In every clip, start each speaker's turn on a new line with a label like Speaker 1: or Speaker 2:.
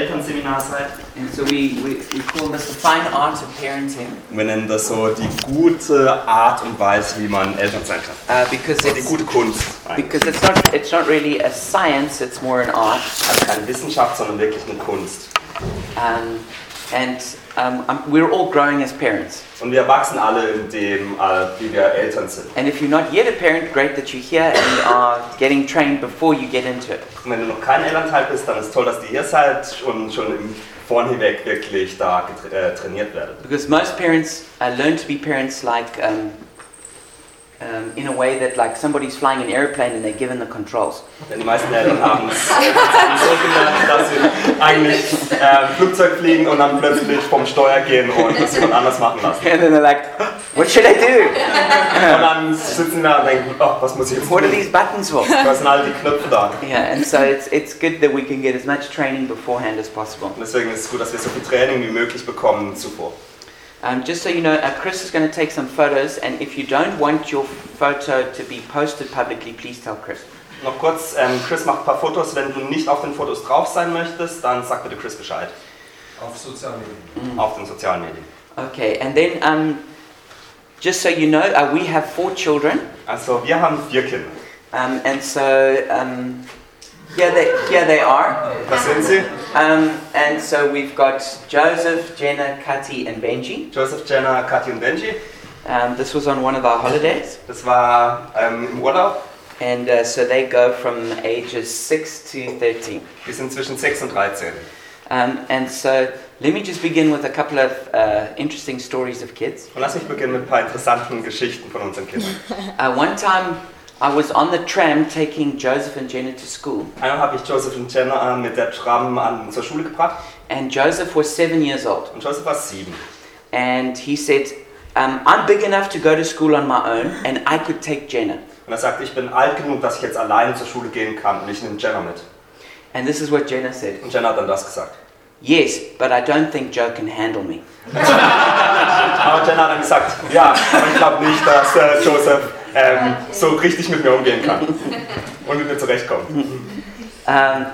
Speaker 1: Elternseminar seid.
Speaker 2: And so we, we, we call this the fine art of parenting
Speaker 1: Wir nennen das so die gute Art und Weise, wie man Eltern sein kann.
Speaker 2: uh, because
Speaker 1: Die
Speaker 2: it's
Speaker 1: gute Kunst. Eigentlich.
Speaker 2: because it's not it's not really a science; it's more an art.
Speaker 1: Also keine Wissenschaft, sondern wirklich eine Kunst.
Speaker 2: Um, and um, I'm, we're all growing as parents.
Speaker 1: Und wir wachsen alle in dem, äh, wie wir Eltern sind.
Speaker 2: And if you're not yet a parent, great that you're here and are getting trained before you get into it.
Speaker 1: Und wenn du noch kein Elternteil bist, dann ist toll, dass ihr hier seid und schon im Vornhinweg wirklich da getra- äh, trainiert werdet.
Speaker 2: Because most parents uh, learn to be parents like um, um, in a way that like somebody's flying an airplane and they're given the controls.
Speaker 1: Denn die meisten Eltern haben es so gelernt, dass sie eigentlich äh, Flugzeug fliegen und dann plötzlich vom Steuer gehen und das jemand anders machen lassen.
Speaker 2: And then they're like, what should I do?
Speaker 1: Und dann sitzen wir da und denken, oh, was muss ich jetzt
Speaker 2: What are
Speaker 1: tun?
Speaker 2: these buttons for?
Speaker 1: Was sind alle halt die Knöpfe da?
Speaker 2: Yeah, and so it's, it's good that we can get as much training beforehand as possible.
Speaker 1: Und deswegen ist es gut, dass wir so viel Training wie möglich bekommen zuvor.
Speaker 2: Um, just so you know, uh, Chris is going to take some photos, and if you don't want your photo to be posted publicly, please tell Chris.
Speaker 1: Noch kurz, ähm, Chris macht ein paar Fotos. Wenn du nicht auf den Fotos drauf sein möchtest, dann sag bitte Chris Bescheid. Mhm.
Speaker 3: Auf sozialen Medien.
Speaker 1: Auf den sozialen Medien.
Speaker 2: Okay, and then um, just so you know, uh, we have four children,
Speaker 1: Also, wir haben vier Kinder.
Speaker 2: um, and so um, here, they, here they are.
Speaker 1: Das sind sie.
Speaker 2: Um, and so we've got Joseph, Jenna, Kati, and Benji.
Speaker 1: Joseph, Jenna, Kathi und Benji.
Speaker 2: Um, this was on one of our holidays,
Speaker 1: Das war ähm, im Urlaub.
Speaker 2: and uh, so they go from ages 6 to 13.
Speaker 1: Die sind zwischen 6 und 13.
Speaker 2: Um, and so let me just begin with a couple of uh, interesting stories of kids.
Speaker 1: Und lass mich beginnen mit ein paar interessanten Geschichten von unseren Kindern.
Speaker 2: Uh, one time I was on the tram taking Joseph and Jenna to school,
Speaker 1: Einmal habe ich Joseph und Jenna äh, mit der Tram an, zur Schule gebracht
Speaker 2: and Joseph was seven years old.
Speaker 1: und Joseph war sieben.
Speaker 2: And he said, um, I'm big enough to go to school on my own, and I could take Jenna.
Speaker 1: Und er sagte, ich bin alt genug, dass ich jetzt alleine zur Schule gehen kann und ich nehme Jenna mit.
Speaker 2: And this is what Jenna said
Speaker 1: Und Jenna hat dann das gesagt.
Speaker 2: Yes, but I don't think Joe can handle me.
Speaker 1: Aber Jenna hat dann gesagt, ja, aber ich glaube nicht, dass äh, Joseph ähm, so richtig mit mir umgehen kann und mit mir zurechtkommt.
Speaker 2: Um,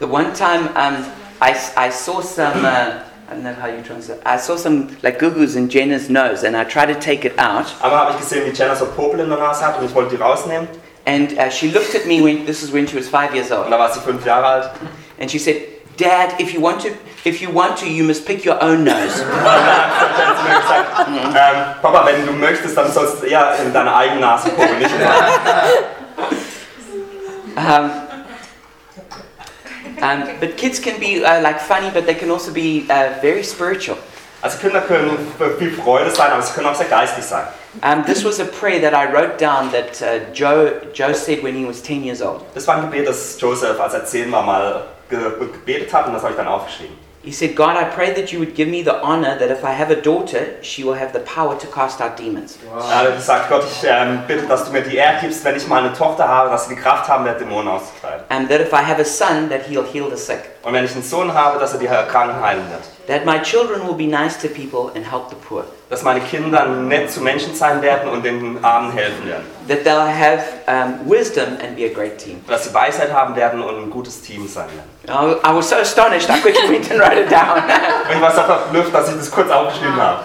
Speaker 2: the one time um, I, s- I saw some, uh, I don't know how you translate, I saw some like goo goos in Jenna's nose, and I tried to take it out.
Speaker 1: Einmal habe ich gesehen, wie Jenna so Popel in der Nase hat und ich wollte die rausnehmen.
Speaker 2: And uh, she looked at me when this is when she was five years
Speaker 1: Und
Speaker 2: old,
Speaker 1: da war sie fünf Jahre alt.
Speaker 2: and she said, "Dad, if you want to, if you want to, you must pick your own nose."
Speaker 1: Hat sie mir gesagt, ähm, Papa, wenn du möchtest, dann sollst du eher in deine eigene Nase gucken, nicht in meine.
Speaker 2: Um, um, but kids can be uh, like funny, but they can also be uh, very spiritual.
Speaker 1: Also Kinder können für viel Freude sein, aber sie können auch sehr geistig sein.
Speaker 2: Um, this was a prayer that I wrote down that uh, Joe Joe said when he was ten years old.
Speaker 1: Das war ein Gebet, das Joseph, als er zehn war, mal ge gebetet hat und das habe ich dann aufgeschrieben.
Speaker 2: He said, God, I pray that you would give me the honor that if I have a daughter, she will have the power to cast out demons.
Speaker 1: Er hat gesagt, Gott, ich ähm, bitte, dass du mir die Ehre gibst, wenn ich mal eine Tochter habe, dass sie die Kraft haben wird, Dämonen auszutreiben.
Speaker 2: And that if I have a son, that he'll heal the sick.
Speaker 1: Und wenn ich einen Sohn habe, dass er die Kranken heilen wird.
Speaker 2: That my children will be nice to people and help the poor.
Speaker 1: Dass meine Kinder nett zu Menschen sein werden und den Armen helfen werden.
Speaker 2: That they'll have um, wisdom and be a great team.
Speaker 1: Dass sie Weisheit haben werden und ein gutes Team sein werden.
Speaker 2: And I was, I was so astonished, I quickly went and wrote it down.
Speaker 1: Und ich war so verblüfft, dass ich das kurz aufgeschrieben habe.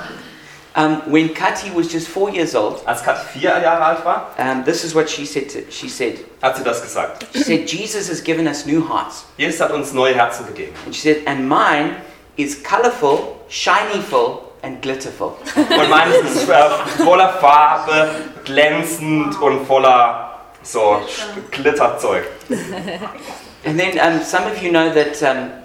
Speaker 2: um, when Kati was just four years old,
Speaker 1: Als Kat vier Jahre alt war,
Speaker 2: um, this is what she said. To, she said,
Speaker 1: hat sie das gesagt.
Speaker 2: she said, Jesus has given us new hearts.
Speaker 1: Jesus hat uns neue Herzen gegeben.
Speaker 2: And she said, and mine is colorful, shinyful, and glitterful.
Speaker 1: Und meines ist äh, voller Farbe, glänzend und voller so Sch- Glitterzeug.
Speaker 2: And then um, some of you know that um,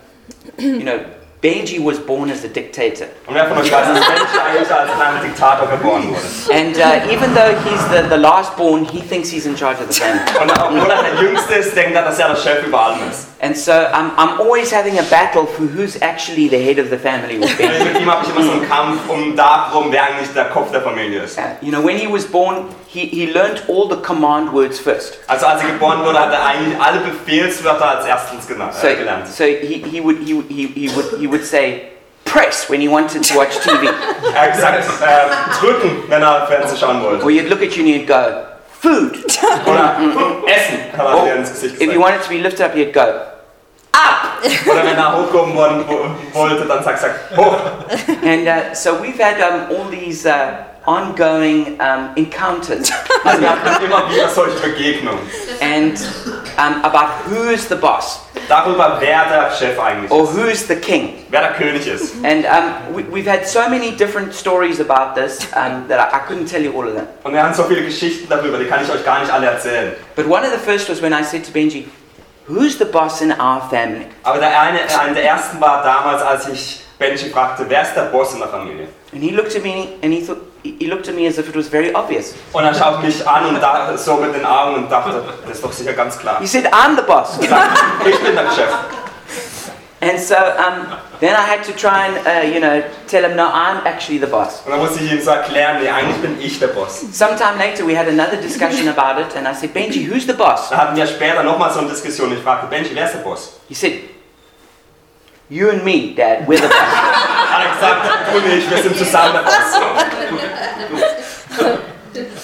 Speaker 2: you know Benji was born as a dictator,
Speaker 1: Und wer von euch weiß, dass Mensch eigentlich als kleiner Diktator geboren wurde?
Speaker 2: and uh, even though he's the, the last born, he thinks he's in charge of the family.
Speaker 1: Und obwohl er der Jüngste ist, denkt er, dass er der Chef über allem ist.
Speaker 2: And so I'm, I'm always having a battle for who's actually the head of the family with
Speaker 1: Und
Speaker 2: Benji.
Speaker 1: mit ihm habe ich immer so einen Kampf um darum, wer eigentlich der Kopf der Familie ist.
Speaker 2: Uh, You know, when he was born, he, he learned all the command words first.
Speaker 1: Also als er geboren wurde, hat er eigentlich alle Befehlswörter als erstens gena- äh,
Speaker 2: So,
Speaker 1: gelernt.
Speaker 2: so he, he, would, he, would- he, he, would, he would say, press when he wanted to watch TV.
Speaker 1: Er hat gesagt, äh, drücken, wenn er Fernsehen schauen wollte.
Speaker 2: Or you'd look at you and you'd go, food.
Speaker 1: Oder essen, hat er dir ins Gesicht
Speaker 2: Oh, If you
Speaker 1: gesagt.
Speaker 2: wanted to be lifted up, you'd go, up.
Speaker 1: Oder wenn er hochgehoben worden wo- wollte, dann zack, zack, hoch.
Speaker 2: And uh, so we've had um, all these uh, ongoing um, encounters
Speaker 1: Also wir hatten immer wieder solche Begegnungen.
Speaker 2: and um, about who is the boss
Speaker 1: Darüber, wer der Chef eigentlich
Speaker 2: or
Speaker 1: ist.
Speaker 2: who is the king.
Speaker 1: Wer der König ist.
Speaker 2: And um, we, we've had so many different stories about this um, that I, I couldn't tell you all of them.
Speaker 1: Und wir haben so viele Geschichten darüber, die kann ich euch gar nicht alle erzählen.
Speaker 2: But one of the first was when I said to Benji, Who's the boss in our family?
Speaker 1: Aber der eine, äh, einer der ersten war damals, als ich Benji fragte, wer ist der Boss in der Familie?
Speaker 2: And he looked at me and he thought, he he looked at me as if it was very obvious.
Speaker 1: Und er schaut mich an und da, so mit den Augen und dachte, das ist doch sicher ganz klar.
Speaker 2: He said, I'm the boss.
Speaker 1: Ich bin der Chef.
Speaker 2: And so um, then I had to try and, uh, you know, tell him, no, I'm actually the boss.
Speaker 1: Und dann musste ich ihm so erklären, nee, eigentlich bin ich der Boss.
Speaker 2: Sometime later, we had another discussion about it, and I said, Benji, who's the boss?
Speaker 1: Dann hatten wir später nochmal so eine Diskussion. Ich fragte, Benji, wer ist der Boss?
Speaker 2: He said, You and me, Dad, we're the boss.
Speaker 1: Hat er gesagt, du und ich, wir sind zusammen der Boss.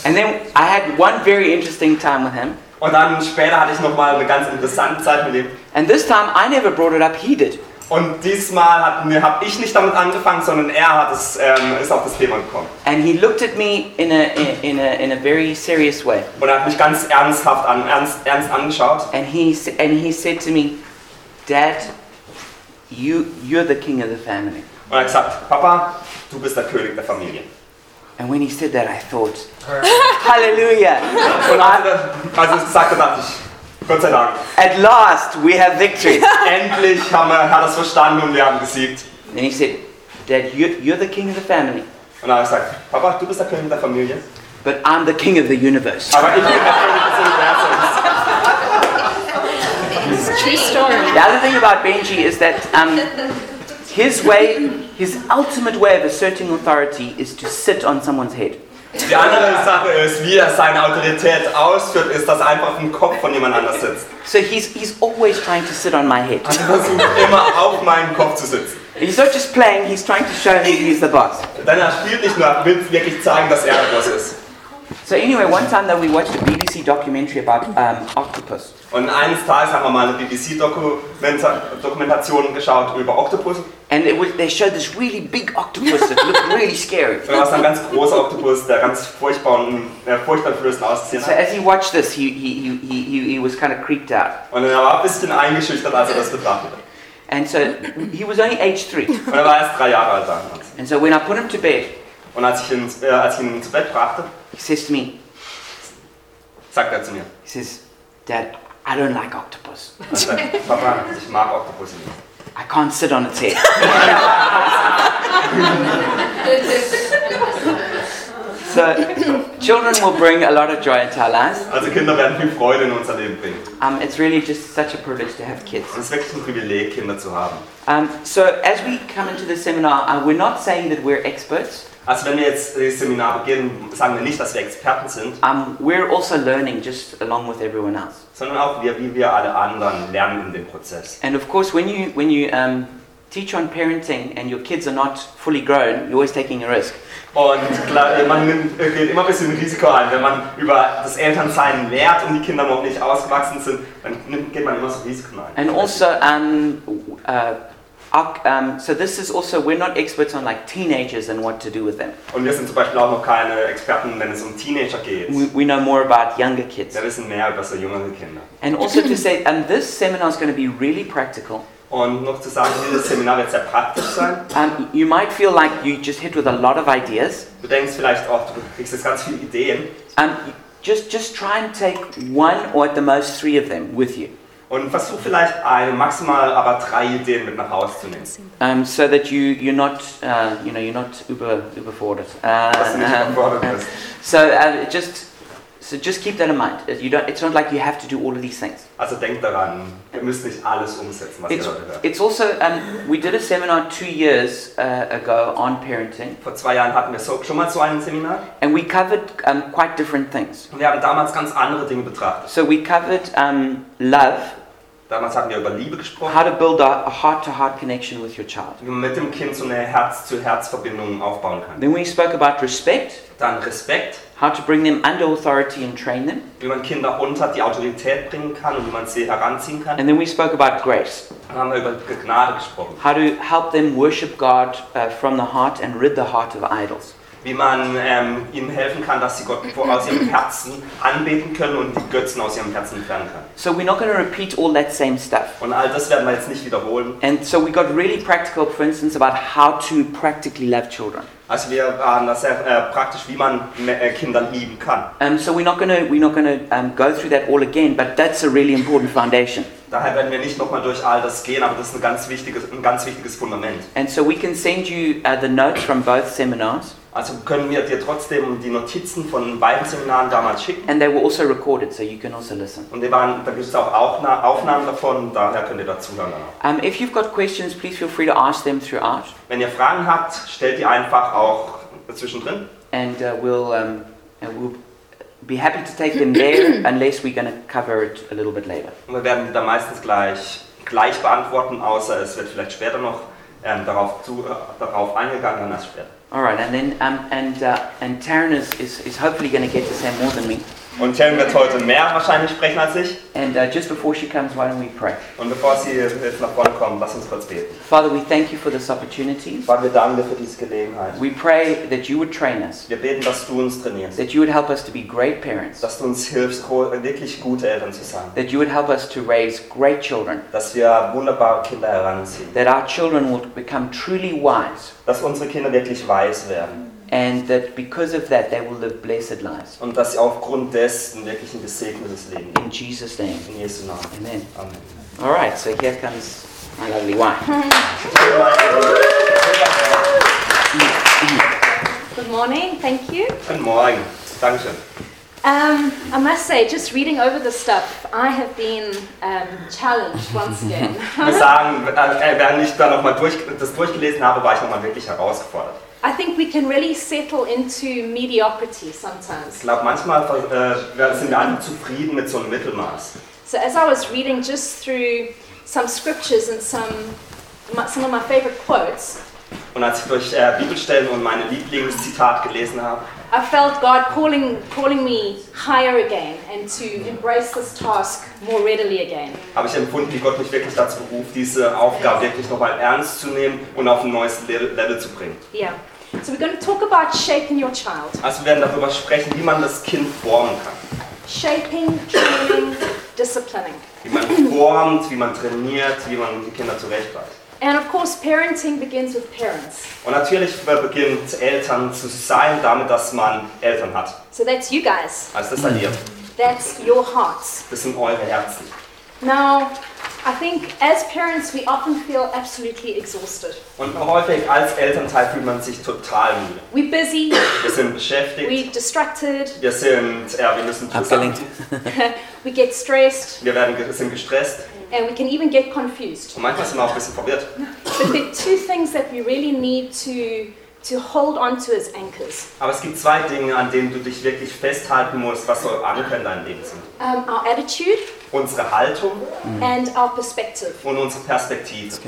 Speaker 2: And then I had one very interesting time with him,
Speaker 1: Und dann später hatte ich nochmal eine ganz interessante Zeit mit ihm.
Speaker 2: and this time I never brought it up, he did.
Speaker 1: Und diesmal habe hab ich nicht damit angefangen, sondern er hat es, ähm, ist auf das Thema gekommen.
Speaker 2: And he looked at me in a, in, in a, in a very serious way,
Speaker 1: Und er hat mich ganz ernsthaft an, ernst, ernst angeschaut.
Speaker 2: and he, s- and he said to me, Dad, you, you're the king of the family.
Speaker 1: Und er hat gesagt, Papa, du bist der König der Familie.
Speaker 2: And when he said that, I thought, Hallelujah!
Speaker 1: Und als er als er es gesagt hat, dachte ich, Gott sei Dank,
Speaker 2: At last, we have victory.
Speaker 1: endlich haben wir, hat er es verstanden und wir haben gesiegt.
Speaker 2: And he said, Dad, you, you're the king of the family,
Speaker 1: Und dann hat er gesagt, Papa, du bist der König der Familie.
Speaker 2: but I'm the king of the universe.
Speaker 1: Aber ich bin der König des Universums.
Speaker 4: True story.
Speaker 2: The other thing about Benji is that um, his way, his ultimate way of asserting authority is to sit on someone's head.
Speaker 1: Die andere Sache ist, wie er seine Autorität ausführt, ist, dass er einfach auf dem Kopf von jemand anders sitzt.
Speaker 2: So he's, he's always trying to sit on my head.
Speaker 1: Also versucht immer auf meinen Kopf zu sitzen.
Speaker 2: He's not just playing, he's trying to show me he's the boss.
Speaker 1: Denn er spielt nicht nur, er will wirklich zeigen, dass er der Boss ist.
Speaker 2: So anyway, one time though, we watched a BBC documentary about um, octopus.
Speaker 1: Und eines Tages haben wir mal eine BBC-Dokumentation geschaut über Oktopus. Und
Speaker 2: And it was, they showed this really big octopus that looked really scary.
Speaker 1: da war es ein ganz großer Oktopus, der ganz furchtbar und äh, furchteinflößend aussehen
Speaker 2: So
Speaker 1: hat.
Speaker 2: as he watched this, he, he, he, he, he was kind of creeped out.
Speaker 1: Und er war ein bisschen eingeschüchtert, als er das betrachtete.
Speaker 2: And so he was only age three.
Speaker 1: Und er war erst drei Jahre alt damals.
Speaker 2: And so when I put him to bed,
Speaker 1: Und als ich ihn, äh, als ich ihn zu Bett brachte,
Speaker 2: he says to me,
Speaker 1: sagt er zu mir,
Speaker 2: he says, Dad, I don't like octopus.
Speaker 1: er sagt, Papa, ich mag Oktopusse nicht.
Speaker 2: I can't sit on its head. so children will bring a lot of joy into our lives.
Speaker 1: Also Kinder werden viel Freude in unser Leben bringen.
Speaker 2: Um, it's really just such a privilege to have kids.
Speaker 1: Es ist wirklich ein Privileg, Kinder zu haben.
Speaker 2: Um, so as we come into the seminar, uh, we're not saying that we're experts.
Speaker 1: Also wenn wir jetzt das Seminar beginnen, sagen wir nicht, dass wir Experten sind,
Speaker 2: Um, we're also learning just along with everyone else.
Speaker 1: sondern auch wir, wie wir alle anderen, lernen in dem Prozess.
Speaker 2: And of course, when you when you um, teach on parenting and your kids are not fully grown, you're always taking a risk.
Speaker 1: Und klar, man nimmt, äh, geht immer ein bisschen Risiko ein. Wenn man über das Elternsein lehrt und die Kinder noch nicht ausgewachsen sind, dann nimmt, geht man immer so Risiken ein.
Speaker 2: And also, um, uh, our, um, so this is also we're not experts on like teenagers and what to do with them.
Speaker 1: und wir sind zum Beispiel auch noch keine Experten, wenn es um Teenager geht.
Speaker 2: We, we know more about younger kids.
Speaker 1: Wir wissen mehr über so jüngere Kinder.
Speaker 2: And also to say, um, this seminar is going to be really practical.
Speaker 1: Und noch zu sagen, dieses Seminar wird sehr praktisch sein.
Speaker 2: Um, you might feel like you just hit with a lot of ideas.
Speaker 1: Du denkst vielleicht auch, du kriegst jetzt ganz viele Ideen.
Speaker 2: Um, just just try and take one or at the most three of them with you.
Speaker 1: Und versuch vielleicht eine, maximal aber drei Ideen mit nach Hause zu nehmen.
Speaker 2: Um, so that you you're not uh, you know you're not uber uber forwarded. Uh,
Speaker 1: Dass du nicht
Speaker 2: um,
Speaker 1: überfordert bist.
Speaker 2: so uh, just so just keep that in mind. Uh, You don't. It's not like you have to do all of these things.
Speaker 1: Also denk daran, ihr müsst nicht alles umsetzen, was ihr
Speaker 2: It's
Speaker 1: heute hört.
Speaker 2: it's also um, we did a seminar two years uh, ago on parenting,
Speaker 1: Vor zwei Jahren hatten wir so, schon mal so ein Seminar.
Speaker 2: and we covered um, quite different things.
Speaker 1: Und wir haben damals ganz andere Dinge betrachtet.
Speaker 2: So we covered um, love,
Speaker 1: Damals hatten wir über Liebe gesprochen.
Speaker 2: how to build a heart to heart connection with your child.
Speaker 1: Wie man mit dem Kind so eine Herz-zu-Herz-Verbindung aufbauen kann.
Speaker 2: Then we spoke about respect,
Speaker 1: Dann Respekt,
Speaker 2: how to bring them under authority and train them.
Speaker 1: wie man Kinder unter die Autorität bringen kann und wie man sie heranziehen kann.
Speaker 2: And then we spoke about grace,
Speaker 1: Dann haben wir über Gnade gesprochen.
Speaker 2: how to help them worship God uh, from the heart and rid the heart of idols.
Speaker 1: Wie man ähm, ihnen helfen kann, dass sie Gott vor- aus ihrem Herzen anbeten können und die Götzen aus ihrem Herzen entfernen kann.
Speaker 2: So we're not going to repeat all that same stuff.
Speaker 1: Und all das werden wir jetzt nicht wiederholen.
Speaker 2: And so we got really practical, for instance, about how to practically love children.
Speaker 1: Also wir waren da sehr äh, praktisch, wie man äh, Kindern lieben kann.
Speaker 2: Um, so we're not going to we're not going to um, go through that all again, but that's a really important foundation.
Speaker 1: Daher werden wir nicht nochmal durch all das gehen, aber das ist ein ganz wichtiges, ein ganz wichtiges Fundament.
Speaker 2: And so we can send you uh, the notes from both seminars,
Speaker 1: Also können wir dir trotzdem die Notizen von beiden Seminaren damals schicken.
Speaker 2: and they were also recorded, so you can also listen.
Speaker 1: Und die waren, da gibt es auch Aufna- Aufnahmen davon, daher könnt ihr dazu hören. danach.
Speaker 2: Um, if you've got questions, please feel free to ask them throughout,
Speaker 1: Wenn ihr Fragen habt, stellt die einfach auch zwischendrin.
Speaker 2: and uh, we'll um, and we'll be happy to take them there, unless we're going to cover it a little bit later.
Speaker 1: Und wir werden die dann meistens gleich, gleich beantworten, außer es wird vielleicht später noch ähm, darauf, zu, äh, darauf eingegangen, dann erst später.
Speaker 2: All right, and then um, and uh, and Taryn is, is, is hopefully going to get to say more than me.
Speaker 1: Und Tim wird heute mehr wahrscheinlich sprechen als ich.
Speaker 2: And uh, just before she comes, why don't we pray?
Speaker 1: Und bevor sie jetzt nach vorne kommen, lass uns kurz beten.
Speaker 2: Father, we thank you for this opportunity.
Speaker 1: Vater, wir danken dir für diese Gelegenheit.
Speaker 2: We pray that you would train us,
Speaker 1: Wir beten, dass du uns trainierst,
Speaker 2: that you would help us to be great parents,
Speaker 1: dass du uns hilfst, ho- wirklich gute Eltern zu sein,
Speaker 2: that you would help us to raise great children,
Speaker 1: dass wir wunderbare Kinder heranziehen,
Speaker 2: that our children will become truly wise,
Speaker 1: dass unsere Kinder wirklich weiß werden
Speaker 2: and that because of that, they will live blessed lives.
Speaker 1: und dass sie aufgrund dessen wirklich ein gesegnetes Leben haben.
Speaker 2: In Jesus' name,
Speaker 1: In Jesu Namen.
Speaker 2: amen.
Speaker 1: Amen.
Speaker 2: All right, so here comes my lovely wife.
Speaker 4: Good morning, thank you.
Speaker 1: Guten Morgen. Dankeschön.
Speaker 4: Um, I must say, just reading over this stuff, I have been um, challenged once again.
Speaker 1: Ich muss sagen, äh, während ich da nochmal durch, das durchgelesen habe, war ich nochmal wirklich herausgefordert.
Speaker 4: I think we can really settle into mediocrity sometimes.
Speaker 1: Ich glaube, manchmal äh, sind wir einfach zufrieden mit so einem Mittelmaß.
Speaker 4: So, as I was reading just through some scriptures and some my, some of my favorite quotes,
Speaker 1: Und als ich durch äh, Bibelstellen und meine Lieblingszitat gelesen habe,
Speaker 4: I felt God calling calling me higher again and to embrace this task more readily again.
Speaker 1: habe ich empfunden, wie Gott mich wirklich dazu beruft, diese Aufgabe wirklich nochmal ernst zu nehmen und auf ein neues Le- Level zu bringen.
Speaker 4: Yeah. So we're going to talk about shaping your child.
Speaker 1: Also wir werden darüber sprechen, wie man das Kind formen kann.
Speaker 4: Shaping, training, disciplining.
Speaker 1: Wie man formt, wie man trainiert, wie man die Kinder zurechtweist.
Speaker 4: And of course, parenting begins with parents.
Speaker 1: Und natürlich beginnt Eltern zu sein damit, dass man Eltern hat.
Speaker 4: So that's you guys.
Speaker 1: Also das seid ihr.
Speaker 4: That's your hearts.
Speaker 1: Das sind eure Herzen.
Speaker 4: Now, I think as parents, we often feel absolutely exhausted.
Speaker 1: Und häufig als Elternteil fühlt man sich total müde.
Speaker 4: We're busy,
Speaker 1: Wir sind beschäftigt,
Speaker 4: we're distracted,
Speaker 1: wir sind, ja, wir müssen zusammen,
Speaker 2: Abgelenkt.
Speaker 4: we get stressed,
Speaker 1: wir werden, ge- sind gestresst
Speaker 4: and we can even get confused.
Speaker 1: und manchmal sind wir auch ein bisschen verwirrt.
Speaker 4: But there are two things that we really need to, to hold on to as anchors
Speaker 1: Aber es gibt zwei Dinge, an denen du dich wirklich festhalten musst, was so Anker in deinem Leben sind.
Speaker 4: um, our attitude
Speaker 1: Unsere Haltung
Speaker 4: and our perspective.
Speaker 1: und unsere Perspektive.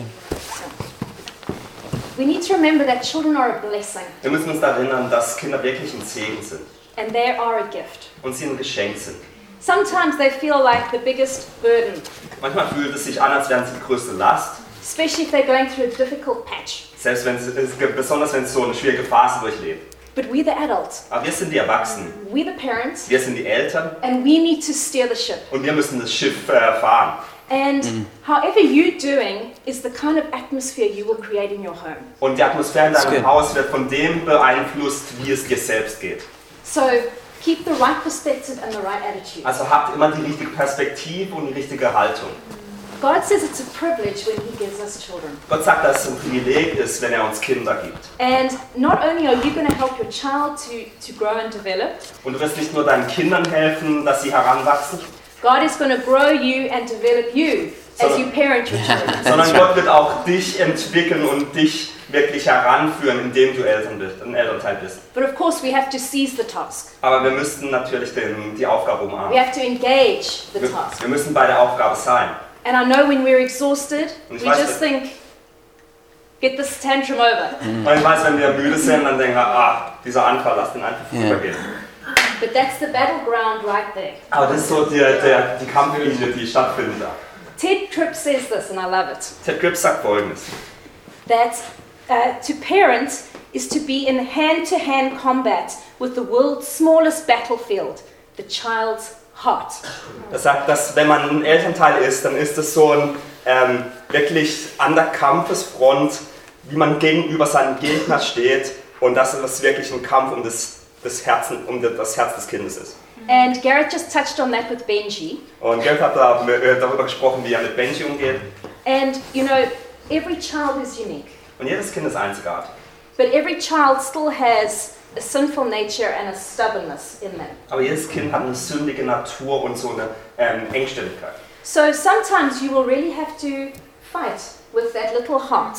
Speaker 4: We need to remember that children are a blessing
Speaker 1: Wir müssen uns erinnern, dass Kinder wirklich ein Segen sind
Speaker 4: and they are a gift.
Speaker 1: und sie ein Geschenk sind.
Speaker 4: Sometimes they feel like the biggest burden
Speaker 1: Manchmal fühlt es sich an, als wären sie die größte Last,
Speaker 4: especially if they're going through a difficult patch.
Speaker 1: selbst wenn sie, es gibt- besonders wenn sie so eine schwierige Phase durchleben.
Speaker 4: But we're the adults,
Speaker 1: Aber wir sind die Erwachsenen,
Speaker 4: we're the parents,
Speaker 1: wir sind die Eltern
Speaker 4: and we need to steer the ship.
Speaker 1: und wir müssen das Schiff äh, fahren.
Speaker 4: And however you're doing is the kind of atmosphere you will create in your home.
Speaker 1: Und die Atmosphäre in deinem
Speaker 2: good.
Speaker 1: Haus wird von dem beeinflusst, wie es dir selbst geht.
Speaker 4: So keep the right perspective and the right attitude.
Speaker 1: Also habt immer die richtige Perspektive und die richtige Haltung.
Speaker 4: God says it's a privilege when He gives us children.
Speaker 1: Gott sagt, dass es ein Privileg ist, wenn er uns Kinder gibt.
Speaker 4: And not only are you going to help your child to, to grow and develop,
Speaker 1: Und du wirst nicht nur deinen Kindern helfen, dass sie heranwachsen,
Speaker 4: God is going to grow you and develop you
Speaker 1: So-
Speaker 4: as you parent your children.
Speaker 1: sondern Gott wird auch dich entwickeln und dich wirklich heranführen, indem du Eltern bist, ein Elternteil bist.
Speaker 4: But of course, we have to seize the task.
Speaker 1: Aber wir müssten natürlich den, die Aufgabe
Speaker 4: We
Speaker 1: umarmen.
Speaker 4: have to engage the
Speaker 1: Wir,
Speaker 4: task.
Speaker 1: wir müssen bei der Aufgabe sein.
Speaker 4: And I know when we're exhausted,
Speaker 1: Und
Speaker 4: we
Speaker 1: ich weiß,
Speaker 4: just
Speaker 1: dass-
Speaker 4: think, get this tantrum over.
Speaker 1: Und ich weiß, wenn wir müde sind, dann denken wir, ah, dieser Anfall, lass den einfach
Speaker 2: Ja.
Speaker 1: vorübergehen.
Speaker 4: But that's the battleground right there.
Speaker 1: Aber das ist so die, der, die Kampflinie, die stattfindet da.
Speaker 4: Ted Tripp says this, and I love it.
Speaker 1: Ted Grips sagt folgendes.
Speaker 4: that uh, to parent is to be in hand to hand combat with the world's smallest battlefield, the child's heart.
Speaker 1: Das sagt, dass wenn man ein Elternteil ist, dann ist es so ein ähm, wirklich an der Kampfesfront, wie man gegenüber seinem Gegner steht und dass es wirklich ein Kampf um das, das, Herzen, um das Herz des Kindes ist.
Speaker 4: And Garrett just touched on that with Benji.
Speaker 1: Und Geld hat da, äh, darüber gesprochen, wie er mit Benji umgeht.
Speaker 4: And you know, every child is unique,
Speaker 1: Und jedes Kind ist einzigartig.
Speaker 4: but every child still has a sinful nature and a stubbornness in them.
Speaker 1: Aber jedes Kind hat eine sündige Natur und so eine ähm, Engstelligkeit.
Speaker 4: So sometimes you will really have to fight with that little heart.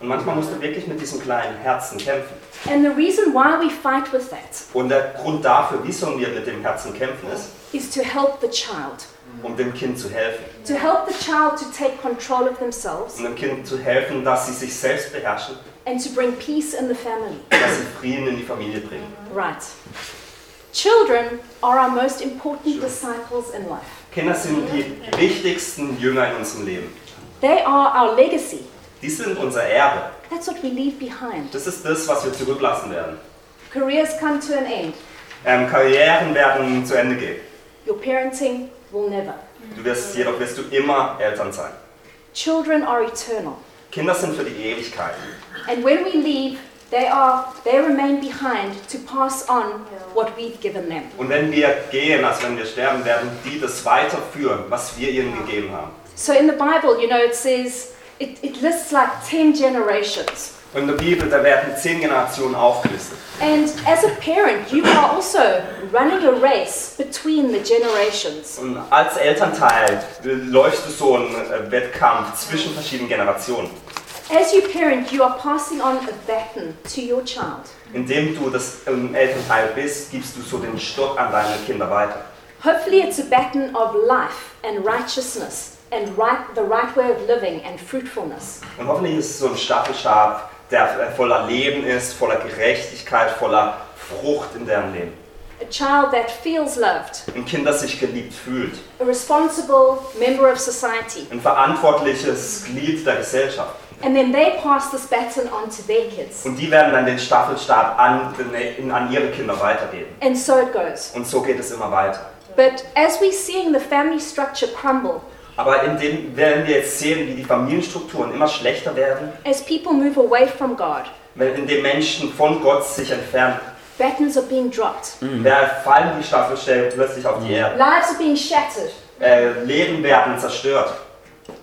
Speaker 1: Und manchmal musst du wirklich mit diesem kleinen Herzen kämpfen.
Speaker 4: And the reason why we fight with that
Speaker 1: Und der Grund dafür, wieso wir mit dem Herzen kämpfen, ist,
Speaker 4: is to help the child,
Speaker 1: um dem Kind zu helfen.
Speaker 4: to help the child to take control of themselves.
Speaker 1: Um dem Kind zu helfen, dass sie sich selbst beherrschen
Speaker 4: and to bring peace in the family.
Speaker 1: und dass sie Frieden in die Familie bringen.
Speaker 4: Right. Children are our most important disciples in life.
Speaker 1: Kinder sind die wichtigsten Jünger in unserem Leben.
Speaker 4: They are our legacy.
Speaker 1: Die sind unser Erbe.
Speaker 4: That's what we leave behind.
Speaker 1: Das ist das, was wir zurücklassen werden.
Speaker 4: Careers come to an end.
Speaker 1: Ähm, Karrieren werden zu Ende gehen.
Speaker 4: Your parenting will never.
Speaker 1: Du wirst, jedoch wirst du immer Eltern sein.
Speaker 4: Children are eternal.
Speaker 1: Kinder sind für die Ewigkeit.
Speaker 4: And when we leave, they are they remain behind to pass on what we've given them.
Speaker 1: Und wenn wir gehen, also wenn wir sterben, werden die das weiterführen, was wir ihnen gegeben haben.
Speaker 4: So in the Bible, you know, it says it, it lists like 10 generations.
Speaker 1: Und in der Bibel, da werden zehn Generationen aufgelistet.
Speaker 4: And as a parent, you are also running a race between the generations.
Speaker 1: Und als Elternteil läufst du so einen äh, Wettkampf zwischen verschiedenen Generationen,
Speaker 4: As you parent, you are passing on a baton to your child.
Speaker 1: indem du das ähm, Elternteil bist, gibst du so den Stock an deine Kinder weiter.
Speaker 4: Hopefully, it's a baton of life and righteousness and right, the right way of living and fruitfulness.
Speaker 1: Und hoffentlich ist es so ein Staffelstab, der äh, voller Leben ist, voller Gerechtigkeit, voller Frucht in deren Leben.
Speaker 4: A child that feels loved,
Speaker 1: Ein Kind, das sich geliebt fühlt.
Speaker 4: a responsible member of society.
Speaker 1: Ein verantwortliches Glied der Gesellschaft.
Speaker 4: And then they pass this baton on to their kids.
Speaker 1: Und die werden dann den Staffelstab an, in- an ihre Kinder weitergeben.
Speaker 4: And so it goes.
Speaker 1: Und so geht es immer weiter.
Speaker 4: But as we're seeing the family structure crumble,
Speaker 1: Aber indem, wenn wir jetzt sehen, wie die Familienstrukturen immer schlechter werden,
Speaker 4: as people move away from God,
Speaker 1: wenn indem Menschen von Gott sich entfernen,
Speaker 4: batons are being dropped,
Speaker 1: da fallen die Staffelstellen plötzlich auf die Erde.
Speaker 4: lives are being shattered.
Speaker 1: Äh, Leben werden zerstört.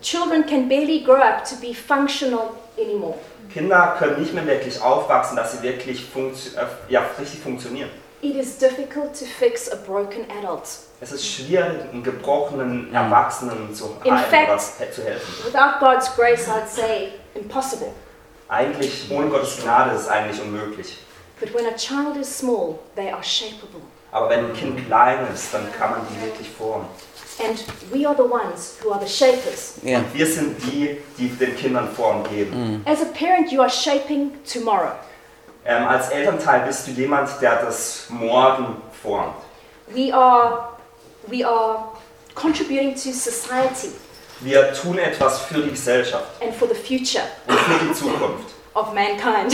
Speaker 4: Children can barely grow up to be functional anymore.
Speaker 1: Kinder können nicht mehr wirklich aufwachsen, dass sie wirklich funktio äh, ja, richtig funktionieren.
Speaker 4: It is difficult to fix a broken adult.
Speaker 1: Es ist schwierig, einen gebrochenen Erwachsenen zu
Speaker 4: In
Speaker 1: heilen
Speaker 4: fact-
Speaker 1: oder he- zu helfen.
Speaker 4: Without God's grace, I'd say impossible.
Speaker 1: Eigentlich, ohne Gottes Gnade ist es eigentlich unmöglich.
Speaker 4: But when a child is small, they are shapeable.
Speaker 1: Aber wenn ein Kind klein ist, dann kann man die wirklich formen.
Speaker 4: And we are the ones who are the shapers.
Speaker 2: Yeah.
Speaker 1: Wir sind die, die den Kindern Form geben.
Speaker 4: As a parent, you are shaping tomorrow.
Speaker 1: Ähm, als Elternteil bist du jemand, der das Morgen formt.
Speaker 4: We are, we are contributing to society
Speaker 1: Wir tun etwas für die Gesellschaft
Speaker 4: and for the future
Speaker 1: und für die Zukunft.
Speaker 4: of mankind.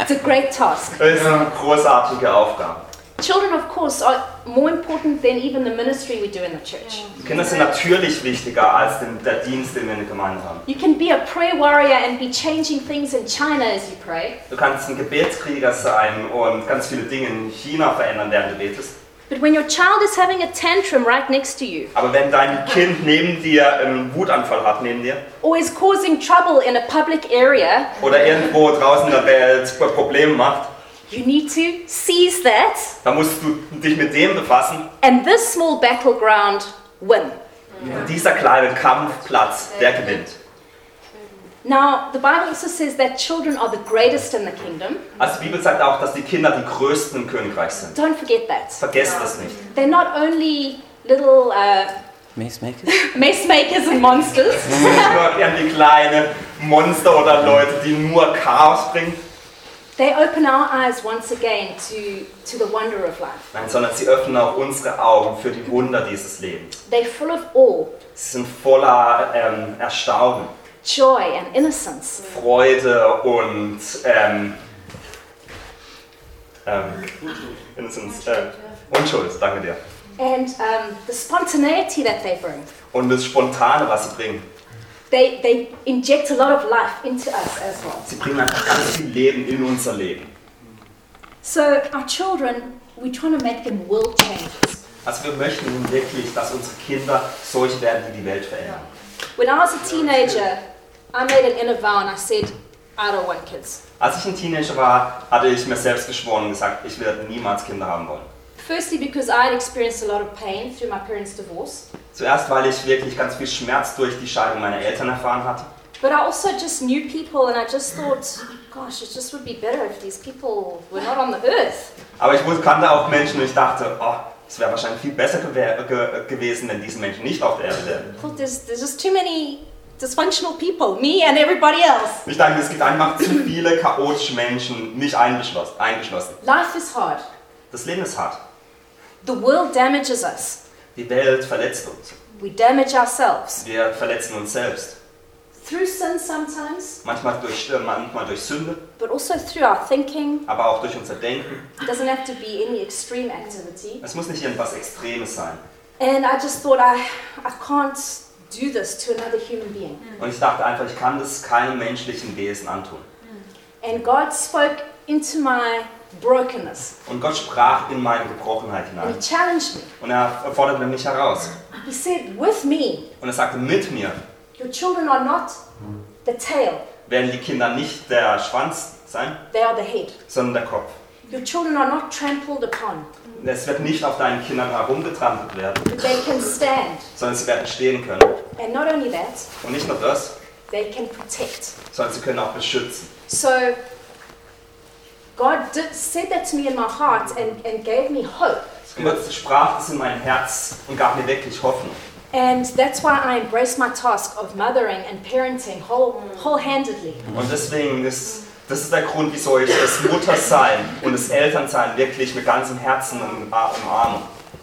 Speaker 4: it's a great task.
Speaker 1: Das ist eine großartige Aufgabe.
Speaker 4: Children, of course, are more important than even the ministry we do in the church.
Speaker 1: Die Kinder sind natürlich wichtiger als den, der Dienst, den wir in der Gemeinde haben.
Speaker 4: You can be a prayer warrior and be changing things in China as you pray,
Speaker 1: Du kannst ein Gebetskrieger sein und ganz viele Dinge in China verändern, während du betest.
Speaker 4: but when your child is having a tantrum right next to you,
Speaker 1: Aber wenn dein Kind neben dir einen Wutanfall hat, neben dir,
Speaker 4: or is causing trouble in a public area,
Speaker 1: oder irgendwo draußen in der Welt Probleme macht,
Speaker 4: you need to seize that
Speaker 1: dann musst du dich mit dem befassen.
Speaker 4: and this small battleground win.
Speaker 1: Dieser kleine Kampfplatz, der gewinnt.
Speaker 4: Now, the Bible also says that children are the greatest in the kingdom.
Speaker 1: Also die Bibel sagt auch, dass die Kinder die größten im Königreich sind.
Speaker 4: Don't forget that.
Speaker 1: Vergesst das nicht.
Speaker 4: They're not only little uh,
Speaker 2: Macemakers?
Speaker 4: Macemakers und Monsters.
Speaker 1: Nicht nur irgendwie kleine Monster oder Leute, die nur Chaos bringen,
Speaker 4: They open our eyes once again to, to the wonder of life.
Speaker 1: nein, sondern sie öffnen auch unsere Augen für die Wunder dieses Lebens.
Speaker 4: They're full of awe,
Speaker 1: Sie sind voller ähm, Erstaunen,
Speaker 4: joy, and innocence.
Speaker 1: Freude und ähm, ähm, Innocence, äh, Unschuld, danke dir.
Speaker 4: And um, the spontaneity that they bring.
Speaker 1: Und das Spontane, was sie bringen.
Speaker 4: They, they inject a lot of life into us as well.
Speaker 1: Sie bringen einfach ganz viel Leben in unser Leben.
Speaker 4: So, our children, we're trying to make them world changers.
Speaker 1: Also wir möchten nun wirklich, dass unsere Kinder solche werden, die die Welt verändern.
Speaker 4: When I was a teenager, I made an inner vow and I said, I don't want kids.
Speaker 1: Als ich ein Teenager war, hatte ich mir selbst geschworen und gesagt, ich werde niemals Kinder haben wollen.
Speaker 4: Firstly, because I had experienced a lot of pain through my parents' divorce,
Speaker 1: Zuerst, weil ich wirklich ganz viel Schmerz durch die Scheidung meiner Eltern erfahren hatte.
Speaker 4: but I also just knew people and I just thought, gosh, it just would be better if these people were not on the earth.
Speaker 1: Aber ich wus- kannte auch Menschen und ich dachte, oh, es wäre wahrscheinlich viel besser gewä- ge gewesen, wenn diese Menschen nicht auf der Erde wären.
Speaker 4: I thought there's, there's just too many dysfunctional people, me and everybody else.
Speaker 1: Ich dachte, es gibt einfach zu viele chaotische Menschen, mich eingeschlossen. eingeschlossen.
Speaker 4: Life is hard.
Speaker 1: Das Leben ist hart.
Speaker 4: The world damages us.
Speaker 1: Die Welt verletzt uns.
Speaker 4: We damage ourselves.
Speaker 1: Wir verletzen uns selbst.
Speaker 4: Through sin sometimes,
Speaker 1: Manchmal durch, äh, manchmal durch Sünde,
Speaker 4: but also through our thinking.
Speaker 1: aber auch durch unser Denken.
Speaker 4: It doesn't have to be any extreme activity.
Speaker 1: Es muss nicht irgendwas Extremes sein.
Speaker 4: And I just thought, I, I can't do this to another human being.
Speaker 1: Und ich dachte einfach, ich kann das keinem menschlichen Wesen antun.
Speaker 4: And God spoke into my brokenness.
Speaker 1: Und Gott sprach in meine Gebrochenheit
Speaker 4: And
Speaker 1: hinein.
Speaker 4: He challenged me.
Speaker 1: Und er forderte mich heraus.
Speaker 4: He said, With me,
Speaker 1: Und er sagte, mit mir
Speaker 4: your children are not the tail,
Speaker 1: werden die Kinder nicht der Schwanz sein,
Speaker 4: they are the head.
Speaker 1: sondern der Kopf.
Speaker 4: Your children are not trampled upon,
Speaker 1: Und Es wird nicht auf deinen Kindern herumgetrampelt werden,
Speaker 4: but they can stand.
Speaker 1: sondern sie werden stehen können.
Speaker 4: And not only that,
Speaker 1: Und nicht nur das,
Speaker 4: they can protect.
Speaker 1: sondern sie können auch beschützen.
Speaker 4: So God did, said that to me in my heart and, and gave me hope.
Speaker 1: Und Gott sprach es in mein Herz und gab mir wirklich Hoffnung.
Speaker 4: And that's why I embrace my task of mothering and parenting whole, wholehandedly.
Speaker 1: Und deswegen ist das ist der Grund, wieso ich das Muttersein und das Elternsein wirklich mit ganzem Herzen um- umarme.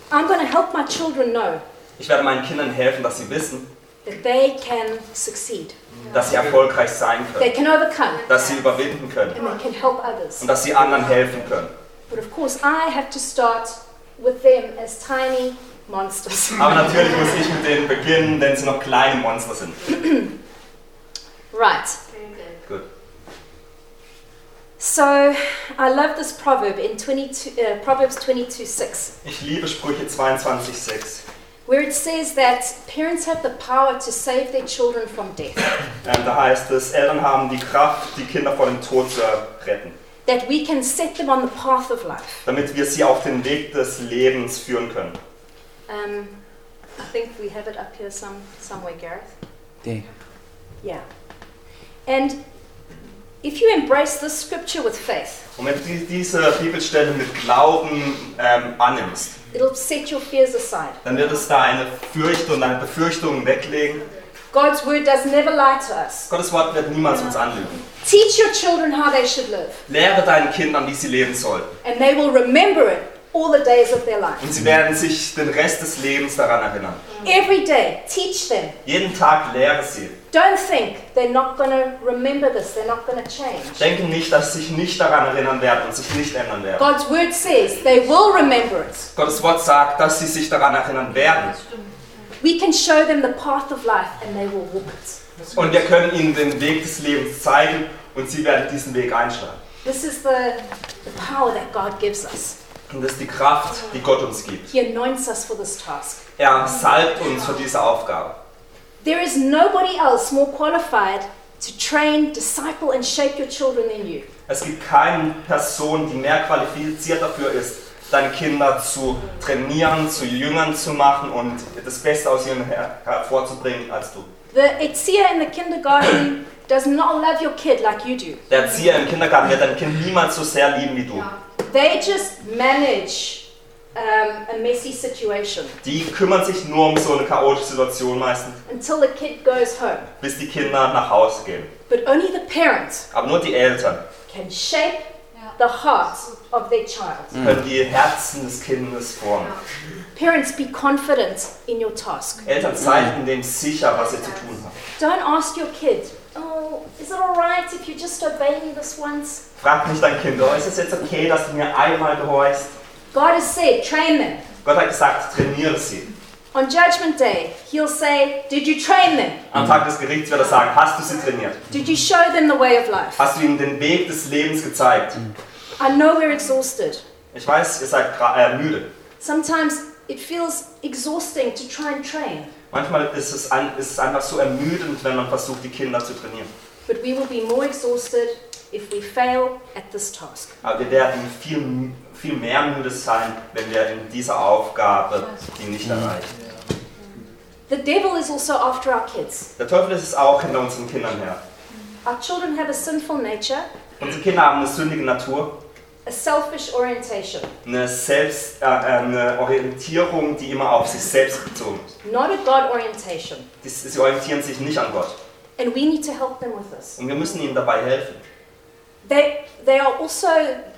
Speaker 4: I'm going to help my children know
Speaker 1: Ich werde meinen Kindern helfen, dass sie wissen,
Speaker 4: that they can succeed,
Speaker 1: dass sie erfolgreich sein
Speaker 4: they
Speaker 1: können,
Speaker 4: can overcome,
Speaker 1: dass sie überwinden können
Speaker 4: and they can help others.
Speaker 1: und dass sie anderen helfen können.
Speaker 4: But of course, I have to start with them as tiny monsters.
Speaker 1: Aber natürlich muss ich mit denen beginnen, wenn sie noch kleine Monster sind.
Speaker 4: Right.
Speaker 5: Very good.
Speaker 1: Gut.
Speaker 4: So I love this proverb in 22, uh, Proverbs 22 6,
Speaker 1: Ich liebe Sprüche 22,6,
Speaker 4: where it says that parents have the power to save their children from death,
Speaker 1: Ähm, da heißt es, Eltern haben die Kraft, die Kinder vor dem Tod zu retten,
Speaker 4: that we can set them on the path of life.
Speaker 1: damit wir sie auf den Weg des Lebens führen können.
Speaker 4: Um, I think we have it up here some, somewhere, Gareth.
Speaker 2: There.
Speaker 4: Yeah. And if you embrace this scripture with faith,
Speaker 1: Und wenn du die- diese Bibelstelle mit Glauben ähm, annimmst,
Speaker 4: it'll set your fears aside.
Speaker 1: dann wird es deine Fürchte und deine Befürchtungen weglegen.
Speaker 4: God's word does never lie to us.
Speaker 1: Gottes Wort wird niemals uns anlügen.
Speaker 4: Teach your children how they should live,
Speaker 1: Lehre deinen Kindern, wie sie leben sollen.
Speaker 4: and they will remember it all the days of their life.
Speaker 1: Und sie werden sich den Rest des Lebens daran erinnern.
Speaker 4: Every day, teach them.
Speaker 1: Jeden Tag lehre sie.
Speaker 4: Don't think they're not going to remember this, they're not going to change.
Speaker 1: Denke nicht, dass sie sich nicht daran erinnern werden und sich nicht ändern werden.
Speaker 4: God's word says they will remember it.
Speaker 1: Gottes Wort sagt, dass sie sich daran erinnern werden.
Speaker 4: We can show them the path of life and they will walk it.
Speaker 1: Und wir können ihnen den Weg des Lebens zeigen und sie werden diesen Weg einschlagen.
Speaker 4: This is the, the power that God gives us.
Speaker 1: Und das ist die Kraft, die Gott uns gibt.
Speaker 4: He anoints us for this task.
Speaker 1: Er salbt uns für diese Aufgabe.
Speaker 4: There is nobody else more qualified to train, disciple, and shape your children than you.
Speaker 1: Es gibt keine Person, die mehr qualifiziert dafür ist, deine Kinder zu trainieren, zu Jüngern zu machen und das Beste aus ihnen her hervorzubringen als du.
Speaker 4: The etzia in the kindergarten does not love your kid like you do.
Speaker 1: Der Erzieher im Kindergarten wird dein Kind niemals so sehr lieben wie du.
Speaker 4: They just manage um, a messy situation
Speaker 1: Die kümmern sich nur um so eine chaotische Situation meistens,
Speaker 4: until the kid goes home.
Speaker 1: bis die Kinder nach Hause gehen.
Speaker 4: But only the parent
Speaker 1: Aber nur die Eltern
Speaker 4: can shape the heart of their child.
Speaker 1: können die Herzen des Kindes formen.
Speaker 4: Parents, be confident in your task.
Speaker 1: Eltern zeigen dem sicher, was sie zu tun haben.
Speaker 4: Don't ask your kid, oh, is it alright if you just obey me this once?
Speaker 1: Frag nicht dein Kind, oh, ist es jetzt okay, dass du mir einmal gehorchst?
Speaker 4: God has said, train them.
Speaker 1: Gott hat gesagt, trainiere sie.
Speaker 4: On Judgment Day, He'll say, Did you train them?
Speaker 1: Am Tag des Gerichts wird er sagen, hast du sie trainiert?
Speaker 4: Did you show them the way of life?
Speaker 1: Hast du ihnen den Weg des Lebens gezeigt?
Speaker 4: I know we're exhausted.
Speaker 1: Ich weiß, ihr seid gra- äh, müde.
Speaker 4: Sometimes it feels exhausting to try and train,
Speaker 1: Manchmal ist es, ein, ist es einfach so ermüdend, wenn man versucht, die Kinder zu trainieren.
Speaker 4: but we will be more exhausted if we fail at this task.
Speaker 1: Aber wir werden viel, viel mehr müde sein, wenn wir in dieser Aufgabe die nicht erreichen.
Speaker 4: The devil is also after our kids.
Speaker 1: Der Teufel ist es auch hinter unseren Kindern her.
Speaker 4: Our children have a sinful nature,
Speaker 1: Unsere Kinder haben eine sündige Natur,
Speaker 4: a selfish orientation,
Speaker 1: eine, Selbst, äh, äh, eine Orientierung, die immer auf sich selbst bezogen ist.
Speaker 4: not a God orientation.
Speaker 1: Die- Sie orientieren sich nicht an Gott.
Speaker 4: And we need to help them with this.
Speaker 1: Und wir müssen ihnen dabei helfen.
Speaker 4: They, they are also,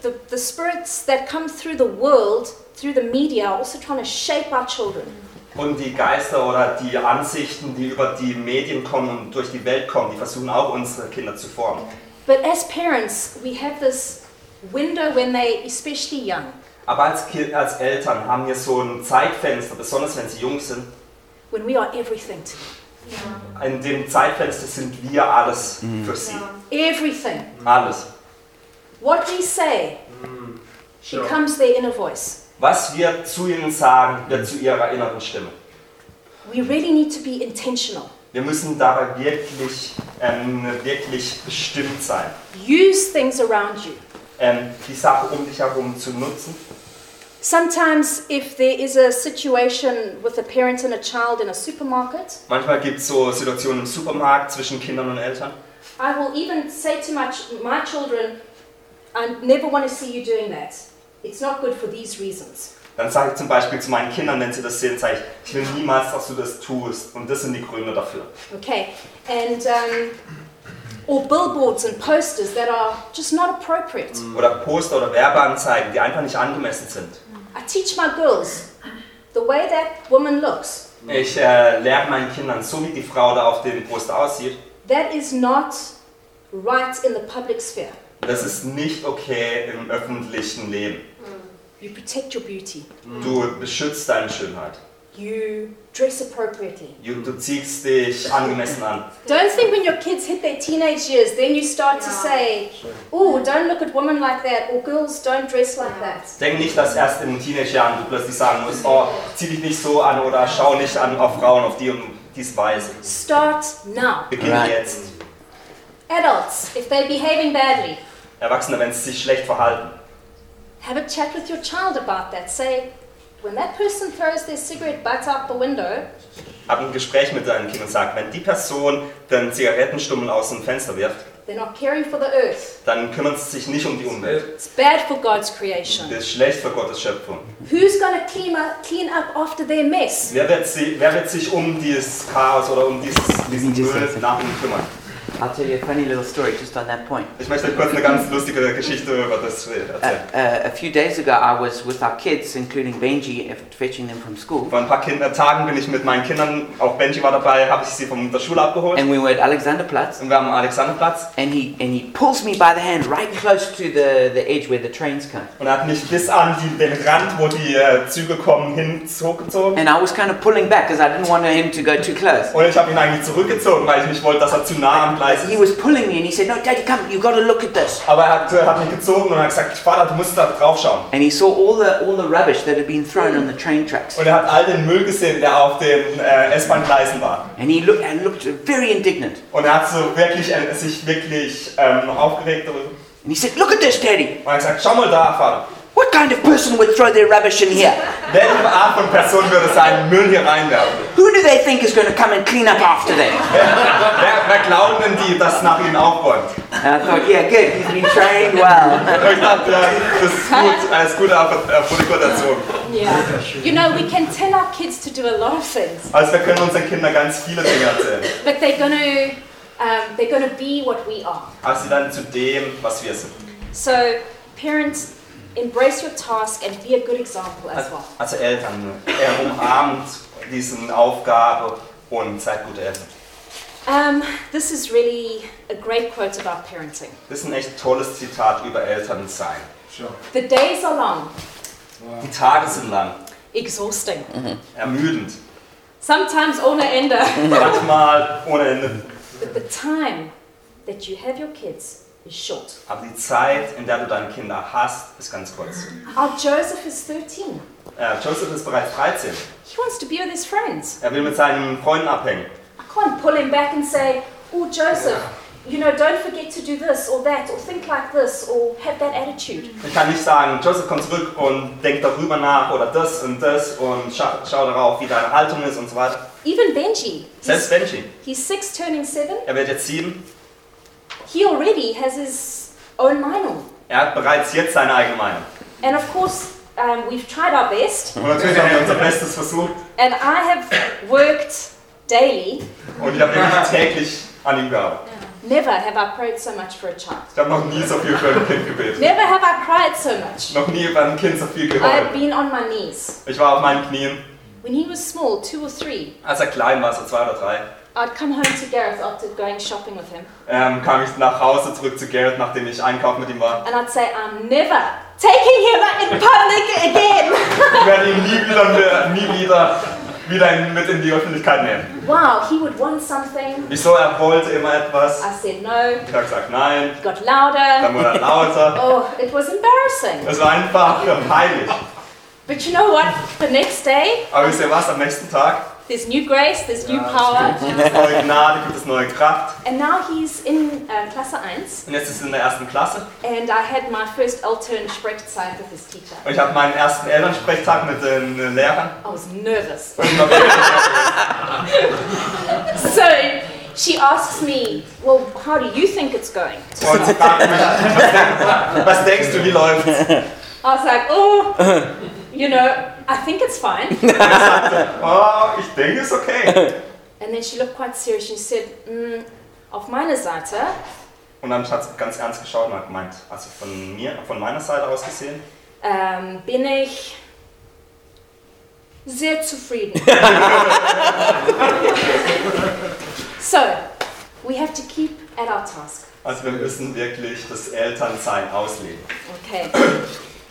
Speaker 4: the, the spirits that come through the world, through the media, are also trying to shape our children.
Speaker 1: Und die Geister oder die Ansichten, die über die Medien kommen und durch die Welt kommen, die versuchen auch unsere Kinder zu formen.
Speaker 4: But as parents, we have this window when they, especially young,
Speaker 1: Aber als, Ki- als Eltern haben wir so ein Zeitfenster, besonders wenn sie jung sind.
Speaker 4: when we are everything to them.
Speaker 1: In dem Zeitfenster sind wir alles für sie.
Speaker 4: Everything.
Speaker 1: Alles.
Speaker 4: What we say becomes their inner voice.
Speaker 1: Was wir zu ihnen sagen, wird zu ihrer inneren Stimme.
Speaker 4: We really need to be intentional.
Speaker 1: Wir müssen dabei wirklich, ähm, wirklich bestimmt sein.
Speaker 4: Use things around you.
Speaker 1: Ähm, die Sache um dich herum zu nutzen.
Speaker 4: Sometimes, if there is a situation with a parent and a child in a supermarket,
Speaker 1: Manchmal gibt es so Situationen im Supermarkt zwischen Kindern und Eltern.
Speaker 4: I will even say to my, ch- my children, I never want to see you doing that. It's not good for these reasons.
Speaker 1: Dann sage ich zum Beispiel zu meinen Kindern, wenn sie das sehen, sage ich, ich will niemals, dass du das tust. Und das sind die Gründe dafür.
Speaker 4: Okay, and um, or billboards and posters that are just not appropriate.
Speaker 1: Oder Poster oder Werbeanzeigen, die einfach nicht angemessen sind.
Speaker 4: I teach my girls the way that woman looks.
Speaker 1: Ich äh, lehre meinen Kindern, so wie die Frau da auf dem Poster aussieht,
Speaker 4: That is not right in the public sphere.
Speaker 1: das ist nicht okay im öffentlichen Leben.
Speaker 4: You protect your beauty.
Speaker 1: Du beschützt deine Schönheit.
Speaker 4: You dress appropriately.
Speaker 1: Du, du ziehst dich angemessen an.
Speaker 4: Don't think when your kids hit their teenage years, then you start to say, "Oh, don't look at women like that," or "Girls don't dress like that."
Speaker 1: Denk nicht, dass erst in den Teenagerjahren du plötzlich sagen musst, oh, zieh dich nicht so an oder schau nicht an auf Frauen auf die und diese Weise.
Speaker 4: Start now.
Speaker 1: Beginne
Speaker 2: Right.
Speaker 1: jetzt.
Speaker 4: Adults, if they're behaving badly,
Speaker 1: Erwachsene, wenn sie sich schlecht verhalten.
Speaker 4: have a chat with your child about that. Say, when that person throws their cigarette butt out the window,
Speaker 1: Hab ein Gespräch mit deinem Kind und sag, wenn die Person den Zigarettenstummel aus dem Fenster wirft,
Speaker 4: they're not caring for the earth.
Speaker 1: dann kümmert sie sich nicht um die Umwelt.
Speaker 4: It's bad for God's creation.
Speaker 1: Das ist schlecht für Gottes Schöpfung.
Speaker 4: Who's going to clean up, clean up after their mess?
Speaker 1: Wer wird, sie, wer wird sich um dieses Chaos oder um dieses, diesen
Speaker 2: Just a
Speaker 1: Müll
Speaker 2: second.
Speaker 1: nach ihm kümmern?
Speaker 2: I'll tell you a funny little story just on that point.
Speaker 1: Ich möchte kurz eine ganz lustige Geschichte über das äh,
Speaker 2: Uh,
Speaker 1: erzählen.
Speaker 2: uh, a few days ago, I was with our kids, including Benji, if- fetching them from school,
Speaker 1: Vor ein paar Kinder, Tagen bin ich mit meinen Kindern, auch Benji war dabei, habe ich sie von der Schule abgeholt.
Speaker 2: and we were at Alexanderplatz.
Speaker 1: Und wir haben am Alexanderplatz
Speaker 2: And he and he pulls me by the hand right close to the, the edge where the trains come.
Speaker 1: und er hat mich bis an die, den Rand, wo die äh, Züge kommen, hinzugezogen.
Speaker 2: And I was kind of pulling back because I didn't want him to go too close.
Speaker 1: Und ich habe ihn eigentlich zurückgezogen, weil ich nicht wollte, dass er zu nah am Gleis
Speaker 2: He
Speaker 1: ist.
Speaker 2: was pulling me, and he said, "No, Daddy, come! You've got to look at this."
Speaker 1: Aber er hat, äh, hat mich gezogen und hat gesagt, Vater, du musst da drauf schauen.
Speaker 2: And he saw all the all the rubbish that had been thrown on the train tracks.
Speaker 1: Und er hat all den Müll gesehen, der auf den äh, S-Bahn-Gleisen war.
Speaker 2: And he looked and looked very indignant.
Speaker 1: Und er hat so wirklich, äh, sich wirklich ähm, aufgeregt darüber. Und
Speaker 2: And he said, "Look at this, Daddy.
Speaker 1: er hat gesagt, schau mal da, Vater.
Speaker 2: What kind of person would throw their rubbish in here?
Speaker 1: Welche Art von Person würde seinen Müll hier reinwerfen?
Speaker 2: Who do they think is going to come and clean up after them?"
Speaker 1: Wer, wer glauben denn die, dass nach ihnen aufräumt?
Speaker 2: And I thought, yeah, good, he's been trained well.
Speaker 1: Und ich dachte, ja, das ist gut, eine gute äh, Applikodation.
Speaker 4: Yeah. You know, we can tell our kids to do a lot of things,
Speaker 1: Also wir können unseren Kindern ganz viele Dinge erzählen,
Speaker 4: but they're gonna um, they're gonna be what we are.
Speaker 1: aber Also sie werden zu dem, was wir sind.
Speaker 4: So parents, embrace your task and be a good example as well.
Speaker 1: Also Eltern, er umarmt diesen Aufgabe und seid gute Eltern.
Speaker 4: Um, this is really a great quote about parenting.
Speaker 1: Das ist ein echt tolles Zitat über Eltern sein.
Speaker 3: Sure.
Speaker 4: The days are long,
Speaker 3: Wow.
Speaker 1: Die Tage sind lang,
Speaker 4: exhausting,
Speaker 1: ermüdend,
Speaker 4: sometimes ohne ende.
Speaker 1: manchmal ohne Ende.
Speaker 4: but the time that you have your kids is short.
Speaker 1: Aber die Zeit, in der du deine Kinder hast, ist ganz kurz.
Speaker 4: Our Joseph is 13.
Speaker 1: Äh, Joseph ist bereits 13.
Speaker 4: He wants to be with his friends.
Speaker 1: Er will mit seinen Freunden abhängen.
Speaker 4: I can't pull him back and say, Oh, Joseph, you know, don't forget to do this or that or think like this or have that attitude.
Speaker 1: Ich kann nicht sagen, Joseph, komm zurück und denk darüber nach oder das und das und schau, schau darauf, wie deine Haltung ist und so weiter.
Speaker 4: Even Benji,
Speaker 1: Selbst
Speaker 4: he's,
Speaker 1: Benji,
Speaker 4: he's six turning seven.
Speaker 1: er wird jetzt sieben,
Speaker 4: He already has his own manual.
Speaker 1: er hat bereits jetzt seine eigene Meinung.
Speaker 4: And of course, um, we've tried our best,
Speaker 1: Und natürlich haben wir unser Bestes versucht
Speaker 4: and I have worked daily.
Speaker 1: und ich habe wirklich täglich an ihm gearbeitet.
Speaker 4: Never have I prayed so much for a child.
Speaker 1: Ich habe noch nie so viel für ein Kind gebetet.
Speaker 4: Never have I cried so much.
Speaker 1: Noch nie über ein Kind so viel
Speaker 4: I've
Speaker 1: geheult.
Speaker 4: been on my knees.
Speaker 1: Ich war auf meinen Knien,
Speaker 4: When he was small, two or three,
Speaker 1: als er klein war, so zwei oder drei,
Speaker 4: I'd come home to Gareth after going shopping with him,
Speaker 1: ähm, kam ich nach Hause zurück zu Garrett, nachdem ich einkaufen mit ihm war.
Speaker 4: and I'd say, I'm never taking him out in public again.
Speaker 1: Ich werde ihn nie wieder, nie wieder, wieder mit in die Öffentlichkeit nehmen.
Speaker 4: Wow, he would want something.
Speaker 1: Wieso? Er wollte immer etwas.
Speaker 4: I said no.
Speaker 1: Ich habe gesagt, nein,
Speaker 4: He got
Speaker 1: dann
Speaker 4: louder.
Speaker 1: wurde er lauter.
Speaker 4: Oh, it was embarrassing.
Speaker 1: Es war einfach peinlich.
Speaker 4: But you know what? The next day,
Speaker 1: Aber wisst ihr was, am nächsten Tag,
Speaker 4: there's new grace, there's new
Speaker 3: Yeah, it's
Speaker 4: power.
Speaker 1: neue Gnade, gibt es neue Kraft.
Speaker 4: And now he's in uh, Klasse 1,
Speaker 1: Und jetzt ist er in der ersten Klasse.
Speaker 4: and I had my first Altern Sprechzeit with his teacher.
Speaker 1: Und ich habe meinen ersten Elternsprechtag mit den äh, Lehrern.
Speaker 4: I was nervous.
Speaker 1: Und ich war wirklich-
Speaker 4: So she asks me, Well, how do you think it's going?
Speaker 1: Und sie fragten mich, was, denk- was denkst du, wie läuft's?
Speaker 4: I was like, Oh, you know, I think it's fine.
Speaker 1: Oh, ich denke, ist okay.
Speaker 4: And then she looked quite serious. She said, mm, Auf meine Seite,
Speaker 1: Und dann hat sie ganz ernst geschaut und hat gemeint, also von mir, von meiner Seite aus gesehen,
Speaker 4: ähm, bin ich sehr zufrieden. so, we have to keep at our task.
Speaker 1: also wir müssen wirklich das Elternsein ausleben.
Speaker 4: Okay.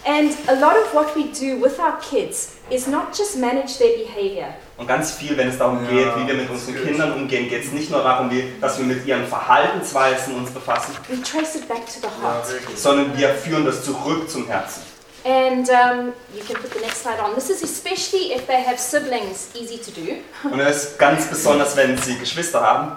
Speaker 4: And a lot of what we do with our kids is not just manage their behavior,
Speaker 1: Und ganz viel, wenn es darum
Speaker 3: Ja,
Speaker 1: geht, wie wir mit
Speaker 3: das
Speaker 1: unseren
Speaker 3: geht.
Speaker 1: Kindern umgehen, geht es nicht nur darum, wie, dass wir mit ihren Verhaltensweisen uns befassen,
Speaker 4: we trace it back to the
Speaker 3: Ja,
Speaker 4: heart.
Speaker 3: wirklich.
Speaker 1: sondern wir führen das zurück zum Herzen.
Speaker 4: And um, you can put the next slide on. This is especially if they have siblings, easy to do,
Speaker 1: Und das ist ganz besonders, wenn sie Geschwister haben,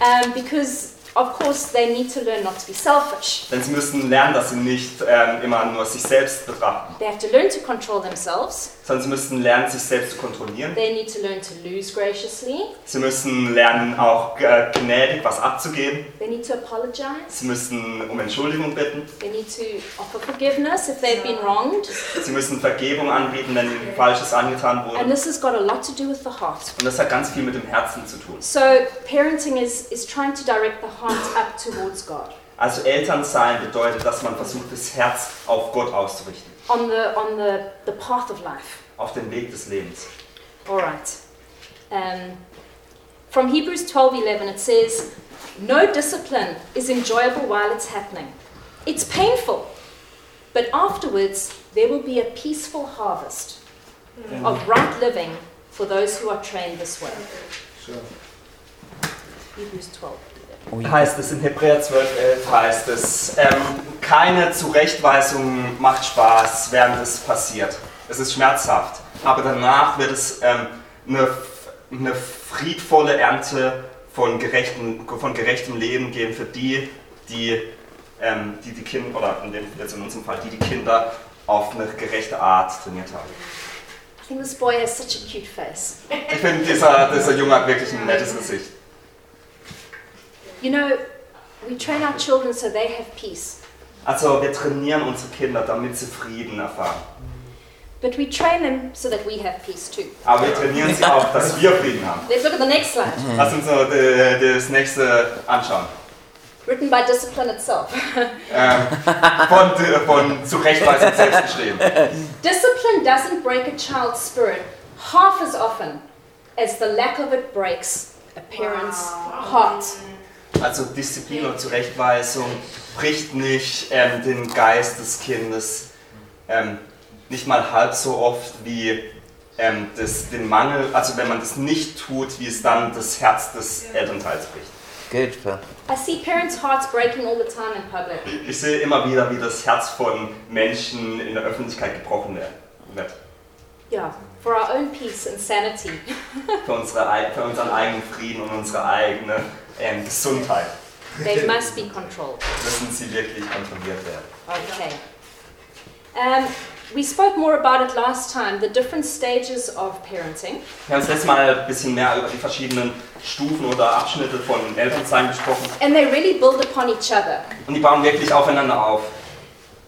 Speaker 4: um, because of course they need to learn not to be selfish.
Speaker 1: denn sie müssen lernen, dass sie nicht ähm, immer nur sich selbst betrachten,
Speaker 4: They have to learn to control themselves.
Speaker 1: sondern sie müssen lernen, sich selbst zu kontrollieren.
Speaker 4: They need to learn to lose graciously.
Speaker 1: Sie müssen lernen, auch äh, gnädig was abzugeben.
Speaker 4: They need to apologize.
Speaker 1: Sie müssen um Entschuldigung bitten.
Speaker 4: They need to offer forgiveness if they've been wronged.
Speaker 1: Sie müssen Vergebung anbieten, wenn ihnen Falsches angetan
Speaker 4: And
Speaker 1: wurde.
Speaker 4: this has got a lot to do with the heart.
Speaker 1: Und das hat ganz viel mit dem Herzen zu tun.
Speaker 4: So parenting is, is trying to direct the heart up towards God.
Speaker 1: Also Elternsein bedeutet, dass man versucht, das Herz auf Gott auszurichten,
Speaker 4: On the on the, the path of life.
Speaker 1: auf den Weg des Lebens.
Speaker 4: Alright. Um, from Hebrews twelve eleven it says, No discipline is enjoyable while it's happening. It's painful, but afterwards there will be a peaceful harvest of right living for those who are trained this way.
Speaker 3: Sure.
Speaker 4: Hebrews twelve.
Speaker 1: Oh Heißt es in Hebräer 12, 11 heißt es, ähm, keine Zurechtweisung macht Spaß, während es passiert. Es ist schmerzhaft, aber danach wird es ähm, eine, f- eine friedvolle Ernte von gerechtem, von gerechtem Leben geben für die, die ähm, die, die Kinder, oder in dem, jetzt in unserem Fall, die die Kinder auf eine gerechte Art trainiert haben.
Speaker 4: I think this boy has such a cute face.
Speaker 1: Ich finde, dieser, dieser Junge hat wirklich ein nettes Gesicht.
Speaker 4: You know, We train our children so they have peace,
Speaker 1: Also wir trainieren unsere Kinder, damit sie Frieden erfahren.
Speaker 4: but we train them so that we have peace too.
Speaker 1: Aber wir trainieren sie auch, dass wir Frieden haben.
Speaker 4: Let's look at the next slide,
Speaker 1: Lass uns noch äh, das nächste anschauen.
Speaker 4: written by discipline itself.
Speaker 1: Ähm, von, von Zurechtweisung selbst geschrieben.
Speaker 4: Discipline doesn't break a child's spirit half as often as the lack of it breaks a parent's heart.
Speaker 1: Also Disziplin und Zurechtweisung bricht nicht ähm, den Geist des Kindes ähm, nicht mal halb so oft wie ähm, das, den Mangel, also wenn man das nicht tut, wie es dann das Herz des Elternteils bricht.
Speaker 2: Good, Phil.
Speaker 4: I see parents' hearts breaking all the time in public.
Speaker 1: Ich sehe immer wieder, wie das Herz von Menschen in der Öffentlichkeit gebrochen wer- wird.
Speaker 4: Yeah, for our own peace and sanity.
Speaker 1: Für, unsere, ei- für unseren eigenen Frieden und unsere eigene ähm, Gesundheit
Speaker 4: They must be controlled.
Speaker 1: müssen sie wirklich kontrolliert werden.
Speaker 4: Okay. Um, we spoke more about it last time the different stages of parenting.
Speaker 1: Wir haben das letzte Mal ein bisschen mehr über die verschiedenen Stufen oder Abschnitte von Elternsein gesprochen
Speaker 4: And they really build upon each other.
Speaker 1: und die bauen wirklich aufeinander auf.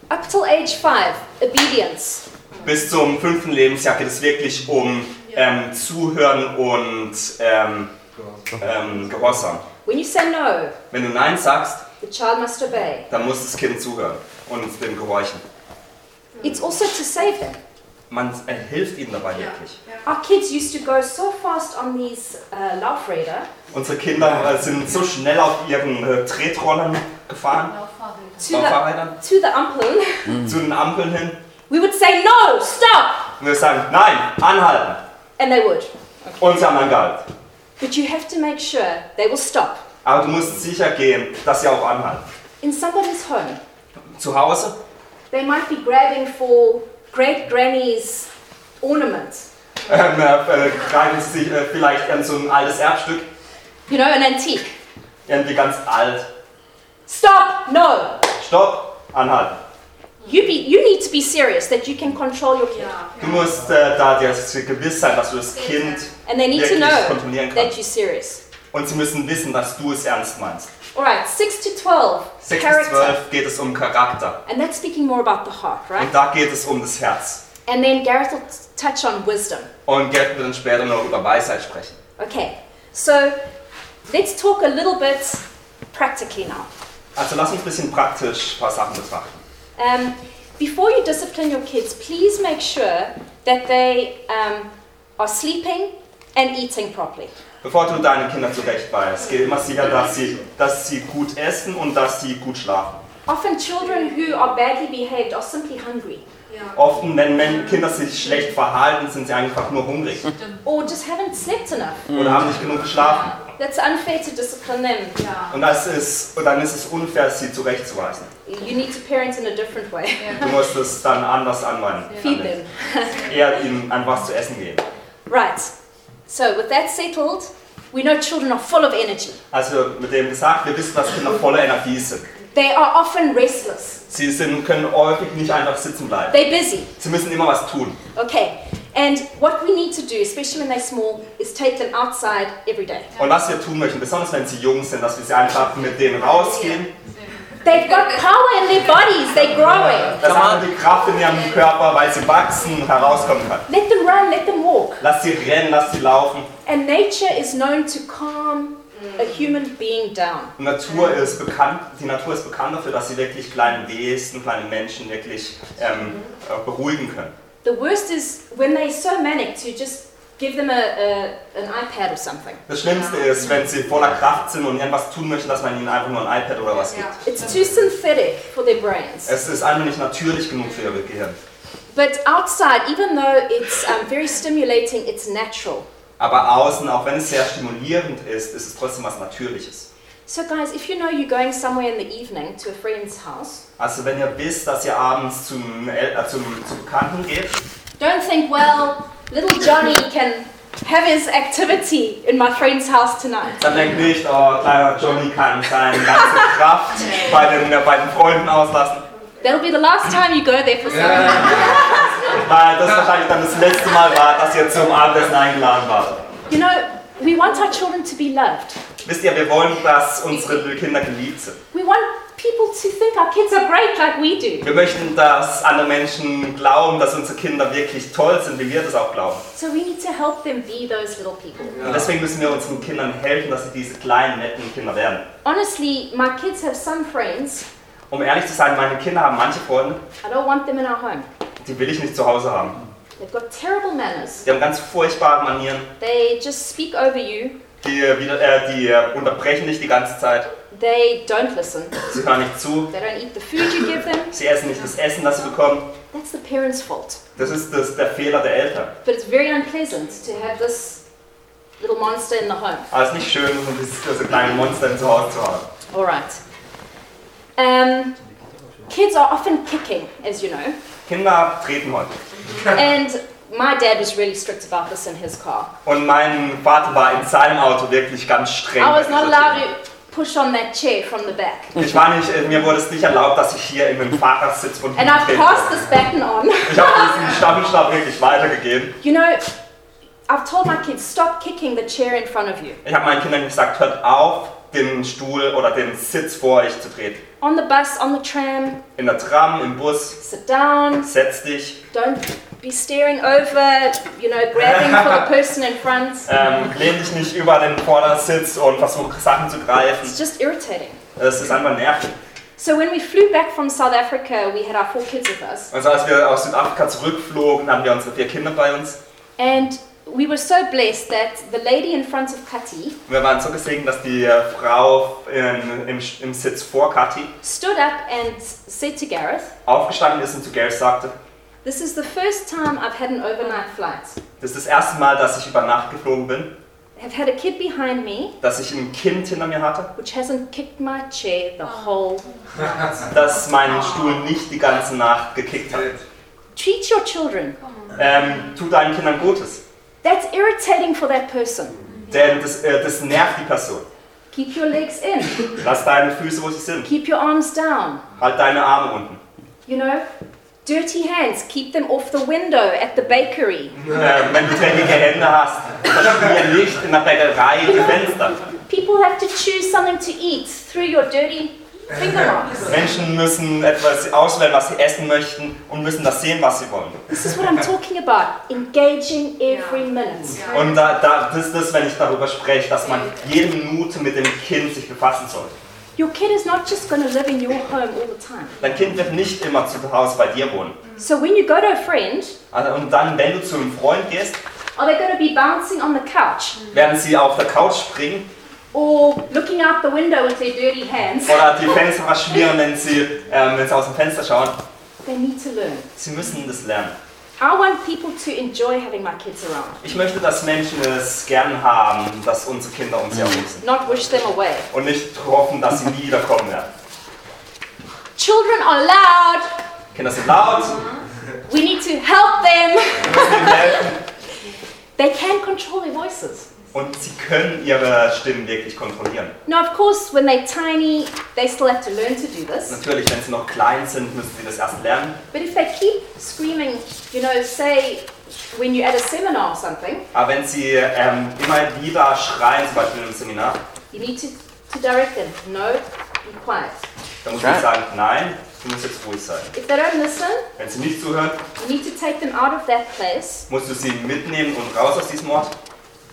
Speaker 4: Up till age five, obedience.
Speaker 1: Bis zum fünften Lebensjahr geht es wirklich um ähm, Zuhören und ähm, ähm, Gehorsam.
Speaker 4: When you say no,
Speaker 1: Wenn du Nein sagst,
Speaker 4: the child must obey.
Speaker 1: dann muss das Kind zuhören und dem gehorchen.
Speaker 4: It's also to save them.
Speaker 1: Man äh, hilft ihm dabei wirklich.
Speaker 4: Our kids used to go so fast on these uh, Laufräder
Speaker 1: Unsere Kinder äh, sind so schnell auf ihren äh, Tretrollern gefahren,
Speaker 5: genau,
Speaker 4: to
Speaker 1: auf
Speaker 4: the,
Speaker 1: Fahrrädern,
Speaker 4: to the umpel.
Speaker 1: zu den Ampeln hin.
Speaker 4: We would say, no, stop!
Speaker 1: Und wir sagen, nein, anhalten.
Speaker 4: And they would.
Speaker 1: Und sie haben angehalten.
Speaker 4: But you have to make sure they will stop
Speaker 1: Aber du musst sicher gehen, dass sie auch anhalten.
Speaker 4: in somebody's home.
Speaker 1: Zu Hause,
Speaker 4: They might be grabbing for great granny's ornament,
Speaker 1: ähm, äh, äh, greifen sie sich äh, vielleicht an so ein altes Erbstück,
Speaker 4: you know, an antique.
Speaker 1: irgendwie ganz alt.
Speaker 4: Stop! No!
Speaker 1: Stopp, anhalten.
Speaker 4: You, be, you need to be serious that you can control your kid.
Speaker 1: Du
Speaker 5: genau.
Speaker 1: musst äh, da dir gewiss sein, dass du das Kind
Speaker 4: And they need to
Speaker 1: wirklich
Speaker 4: know
Speaker 1: kontrollieren
Speaker 4: that
Speaker 1: kannst.
Speaker 4: you're serious.
Speaker 1: Und sie müssen wissen, dass du es ernst meinst.
Speaker 4: Alright, 6 to 12,
Speaker 1: 6 bis
Speaker 4: character.
Speaker 1: 12 geht es um Charakter.
Speaker 4: And that's speaking more about the heart,
Speaker 1: Und
Speaker 4: right?
Speaker 1: da geht es um das Herz.
Speaker 4: And then Gareth will t- touch on wisdom.
Speaker 1: Und Gerd wird dann später noch über Weisheit sprechen.
Speaker 4: Okay, so let's talk a little bit practically now.
Speaker 1: Also lass uns ein bisschen praktisch ein paar Sachen betrachten.
Speaker 4: Um, before you discipline your kids, please make sure that they um, are sleeping and eating properly.
Speaker 1: Bevor du deine Kinder zurechtweist, geh immer sicher, dass sie, dass sie gut essen und dass sie gut schlafen.
Speaker 4: Often, children who are badly behaved are simply hungry
Speaker 1: Oft, wenn Men- Kinder sich schlecht verhalten, sind sie einfach nur hungrig
Speaker 4: or just haven't slept enough.
Speaker 1: oder haben nicht genug geschlafen.
Speaker 4: That's unfair to discipline them.
Speaker 1: Und, das ist, und dann ist es unfair, sie zurechtzuweisen.
Speaker 4: You need to parent in a different way.
Speaker 1: Du musst es dann anders anwenden.
Speaker 4: Feed them.
Speaker 1: Eher ihnen an was zu essen geben.
Speaker 4: Right. So, with that settled, we know children are full of energy.
Speaker 1: Also mit dem gesagt, wir wissen, dass Kinder voller Energie sind.
Speaker 4: They are often restless.
Speaker 1: Sie sind, können häufig nicht einfach sitzen bleiben.
Speaker 4: They're busy.
Speaker 1: Sie müssen immer was tun.
Speaker 4: Okay. And what we need to do, especially when they're small, is take them outside every day.
Speaker 1: Und was wir tun möchten, besonders wenn sie jung sind, dass wir sie einfach mit denen rausgehen
Speaker 4: They've got power in their bodies, they're growing.
Speaker 1: Das haben die Kraft in ihrem Körper, weil sie wachsen und herauskommen kann.
Speaker 4: Let them run, let them walk.
Speaker 1: Lass sie rennen, lass sie laufen.
Speaker 4: And nature is known to calm a human being down.
Speaker 1: Die Natur ist bekannt, die Natur ist bekannt dafür, dass sie wirklich kleine Wesen, kleine Menschen wirklich ähm, äh, beruhigen können.
Speaker 4: The worst is when they're so manic to just give them a, a, an iPad or something.
Speaker 1: Das Schlimmste ist, wenn sie voller Kraft sind und irgendwas tun möchten, dass man ihnen einfach nur ein iPad oder was gibt.
Speaker 4: It's too synthetic for their brains.
Speaker 1: Es ist einfach nicht natürlich genug für ihr Gehirn.
Speaker 4: But outside, even though it's um, very stimulating, it's natural.
Speaker 1: Aber außen, auch wenn es sehr stimulierend ist, ist es trotzdem was Natürliches.
Speaker 4: So, guys, if you know you're going somewhere in the evening to a friend's house,
Speaker 1: Also wenn ihr wisst, dass ihr abends zum, El- äh, zum, zu Bekannten geht,
Speaker 4: Don't think, well, little Johnny can have his activity in my friend's house tonight.
Speaker 1: Dann denkt nicht, oh, kleiner Johnny kann seine ganze Kraft bei den, äh, bei den Freunden auslassen.
Speaker 4: That'll be the last time you go there for something.
Speaker 1: Weil das wahrscheinlich dann das letzte Mal war, dass ihr zum Abendessen eingeladen wart.
Speaker 4: You know, we want our children to be loved.
Speaker 1: Wisst ihr, wir wollen, dass unsere Kinder geliebt sind.
Speaker 4: We want people to think our kids are great like we do.
Speaker 1: Wir möchten, dass andere Menschen glauben, dass unsere Kinder wirklich toll sind, wie wir das auch glauben.
Speaker 4: So we need to help them be those little people.
Speaker 1: Und deswegen müssen wir unseren Kindern helfen, dass sie diese kleinen, netten Kinder werden.
Speaker 4: Honestly, my kids have some friends.
Speaker 1: Um ehrlich zu sein, meine Kinder haben manche Freunde,
Speaker 4: I don't want them in our home.
Speaker 1: die will ich nicht zu Hause haben.
Speaker 4: They've got terrible manners.
Speaker 1: Die haben ganz furchtbare Manieren,
Speaker 4: They just speak over you.
Speaker 1: die, äh, wieder, äh, die äh, unterbrechen dich die ganze Zeit,
Speaker 4: They don't listen.
Speaker 1: sie hören nicht zu,
Speaker 4: They don't eat the food you give them.
Speaker 1: sie essen nicht das Essen, das sie bekommen.
Speaker 4: That's the parents' fault.
Speaker 1: Das ist das, der Fehler der Eltern.
Speaker 4: But it's very unpleasant to have this little monster in the home.
Speaker 1: Aber es ist nicht schön, so dieses- diese kleinen Monster im Zuhause zu haben.
Speaker 4: All right. Um, kids are often kicking, as you know.
Speaker 1: Kinder treten heute.
Speaker 4: And my dad was really strict about this in his car.
Speaker 1: Und mein Vater war in seinem Auto wirklich ganz streng.
Speaker 4: I was
Speaker 1: bei
Speaker 4: not
Speaker 1: dieser
Speaker 4: allowed
Speaker 1: Tür.
Speaker 4: to push on that chair from the back.
Speaker 1: Ich war nicht, äh, mir wurde es nicht erlaubt, dass ich hier in den Fahrersitz von
Speaker 4: And
Speaker 1: hinten
Speaker 4: I've
Speaker 1: trete.
Speaker 4: passed this baton on.
Speaker 1: Ich habe diesen Stammstab wirklich weitergegeben.
Speaker 4: You know, I've told my kids, stop kicking the chair in front of you.
Speaker 1: Ich habe meinen Kindern gesagt, hört auf, den Stuhl oder den Sitz vor euch zu treten.
Speaker 4: On the bus, on the tram,
Speaker 1: In der Tram, im Bus,
Speaker 4: sit down,
Speaker 1: setz dich,
Speaker 4: don't be staring over, you know, grabbing for the person in front.
Speaker 1: ähm, lehn dich nicht über den Vordersitz und versuch Sachen zu greifen.
Speaker 4: It's just irritating.
Speaker 1: Das ist einfach nervig.
Speaker 4: So when we flew back from South Africa, we had our four kids with us.
Speaker 1: Also als wir aus Südafrika zurückflogen, hatten wir unsere vier Kinder bei uns.
Speaker 4: And we were so blessed that the lady in front of Kati
Speaker 1: Und wir waren so gesegnet, dass die äh, Frau in, im, im Sitz vor Kathi
Speaker 4: stood up and s- said to Gareth,
Speaker 1: aufgestanden ist und zu Gareth sagte,
Speaker 4: This is the first time I've had an overnight flight.
Speaker 1: das ist das erste Mal, dass ich über Nacht geflogen bin,
Speaker 4: I've had a kid behind me
Speaker 1: dass ich ein Kind hinter mir hatte,
Speaker 4: which hasn't kicked my chair the whole
Speaker 1: dass meinen Stuhl nicht die ganze Nacht gekickt hat.
Speaker 4: Treat your children.
Speaker 1: Ähm, tu deinen Kindern Gutes,
Speaker 4: That's irritating for that person.
Speaker 1: denn das, äh, das nervt die Person.
Speaker 4: Keep your legs in.
Speaker 1: Lass deine Füße, wo sie sind.
Speaker 4: Keep your arms down.
Speaker 1: Halt deine Arme unten.
Speaker 4: You know, dirty hands. Keep them off the window at the bakery.
Speaker 1: Ähm, wenn du dreckige Hände hast, verschmier nicht in der Bäckerei die Fenster.
Speaker 4: People have to choose something to eat through your dirty finger marks.
Speaker 1: Menschen müssen etwas auswählen, was sie essen möchten und müssen das sehen, was sie wollen.
Speaker 4: This is what I'm talking about. Engaging every minute.
Speaker 1: Und da, da, das ist das, wenn ich darüber spreche, dass man jede Minute mit dem Kind sich befassen soll.
Speaker 4: Your kid is not just going to live in your home all the time.
Speaker 1: Dein Kind wird nicht immer zu Hause bei dir wohnen.
Speaker 4: So when you go to a friend,
Speaker 1: Also, Und dann, wenn du zu einem Freund gehst,
Speaker 4: are they going to be bouncing on the couch
Speaker 1: werden sie auf der Couch springen
Speaker 4: or looking out the window with their dirty hands?
Speaker 1: oder die Fenster verschmieren, wenn sie, ähm, wenn sie aus dem Fenster schauen.
Speaker 4: They need to learn.
Speaker 1: Sie müssen das lernen.
Speaker 4: I want people to enjoy having my kids around,
Speaker 1: Ich möchte, dass Menschen es gern haben, dass unsere Kinder uns ja sind.
Speaker 4: not wish them away.
Speaker 1: Und nicht hoffen, dass sie nie wiederkommen werden.
Speaker 4: Children are loud.
Speaker 1: Kinder sind laut,
Speaker 4: We need to help them.
Speaker 1: sie melden
Speaker 4: They can control their voices.
Speaker 1: Und sie können ihre Stimmen wirklich kontrollieren.
Speaker 4: Now, of course, when they're tiny, they still have to learn to do this.
Speaker 1: Natürlich, wenn sie noch klein sind, müssen sie das erst lernen.
Speaker 4: But if they keep screaming, you know, say when you're at a seminar or something,
Speaker 1: Aber wenn sie ähm, immer wieder schreien, zum Beispiel im Seminar,
Speaker 4: you need to, to direct them. No, be quiet.
Speaker 1: dann muss
Speaker 2: Right.
Speaker 1: man sagen, nein, du musst jetzt ruhig sein.
Speaker 4: If they don't listen,
Speaker 1: Wenn sie nicht zuhören,
Speaker 4: you need to take them out of that place.
Speaker 1: musst du sie mitnehmen und raus aus diesem Ort.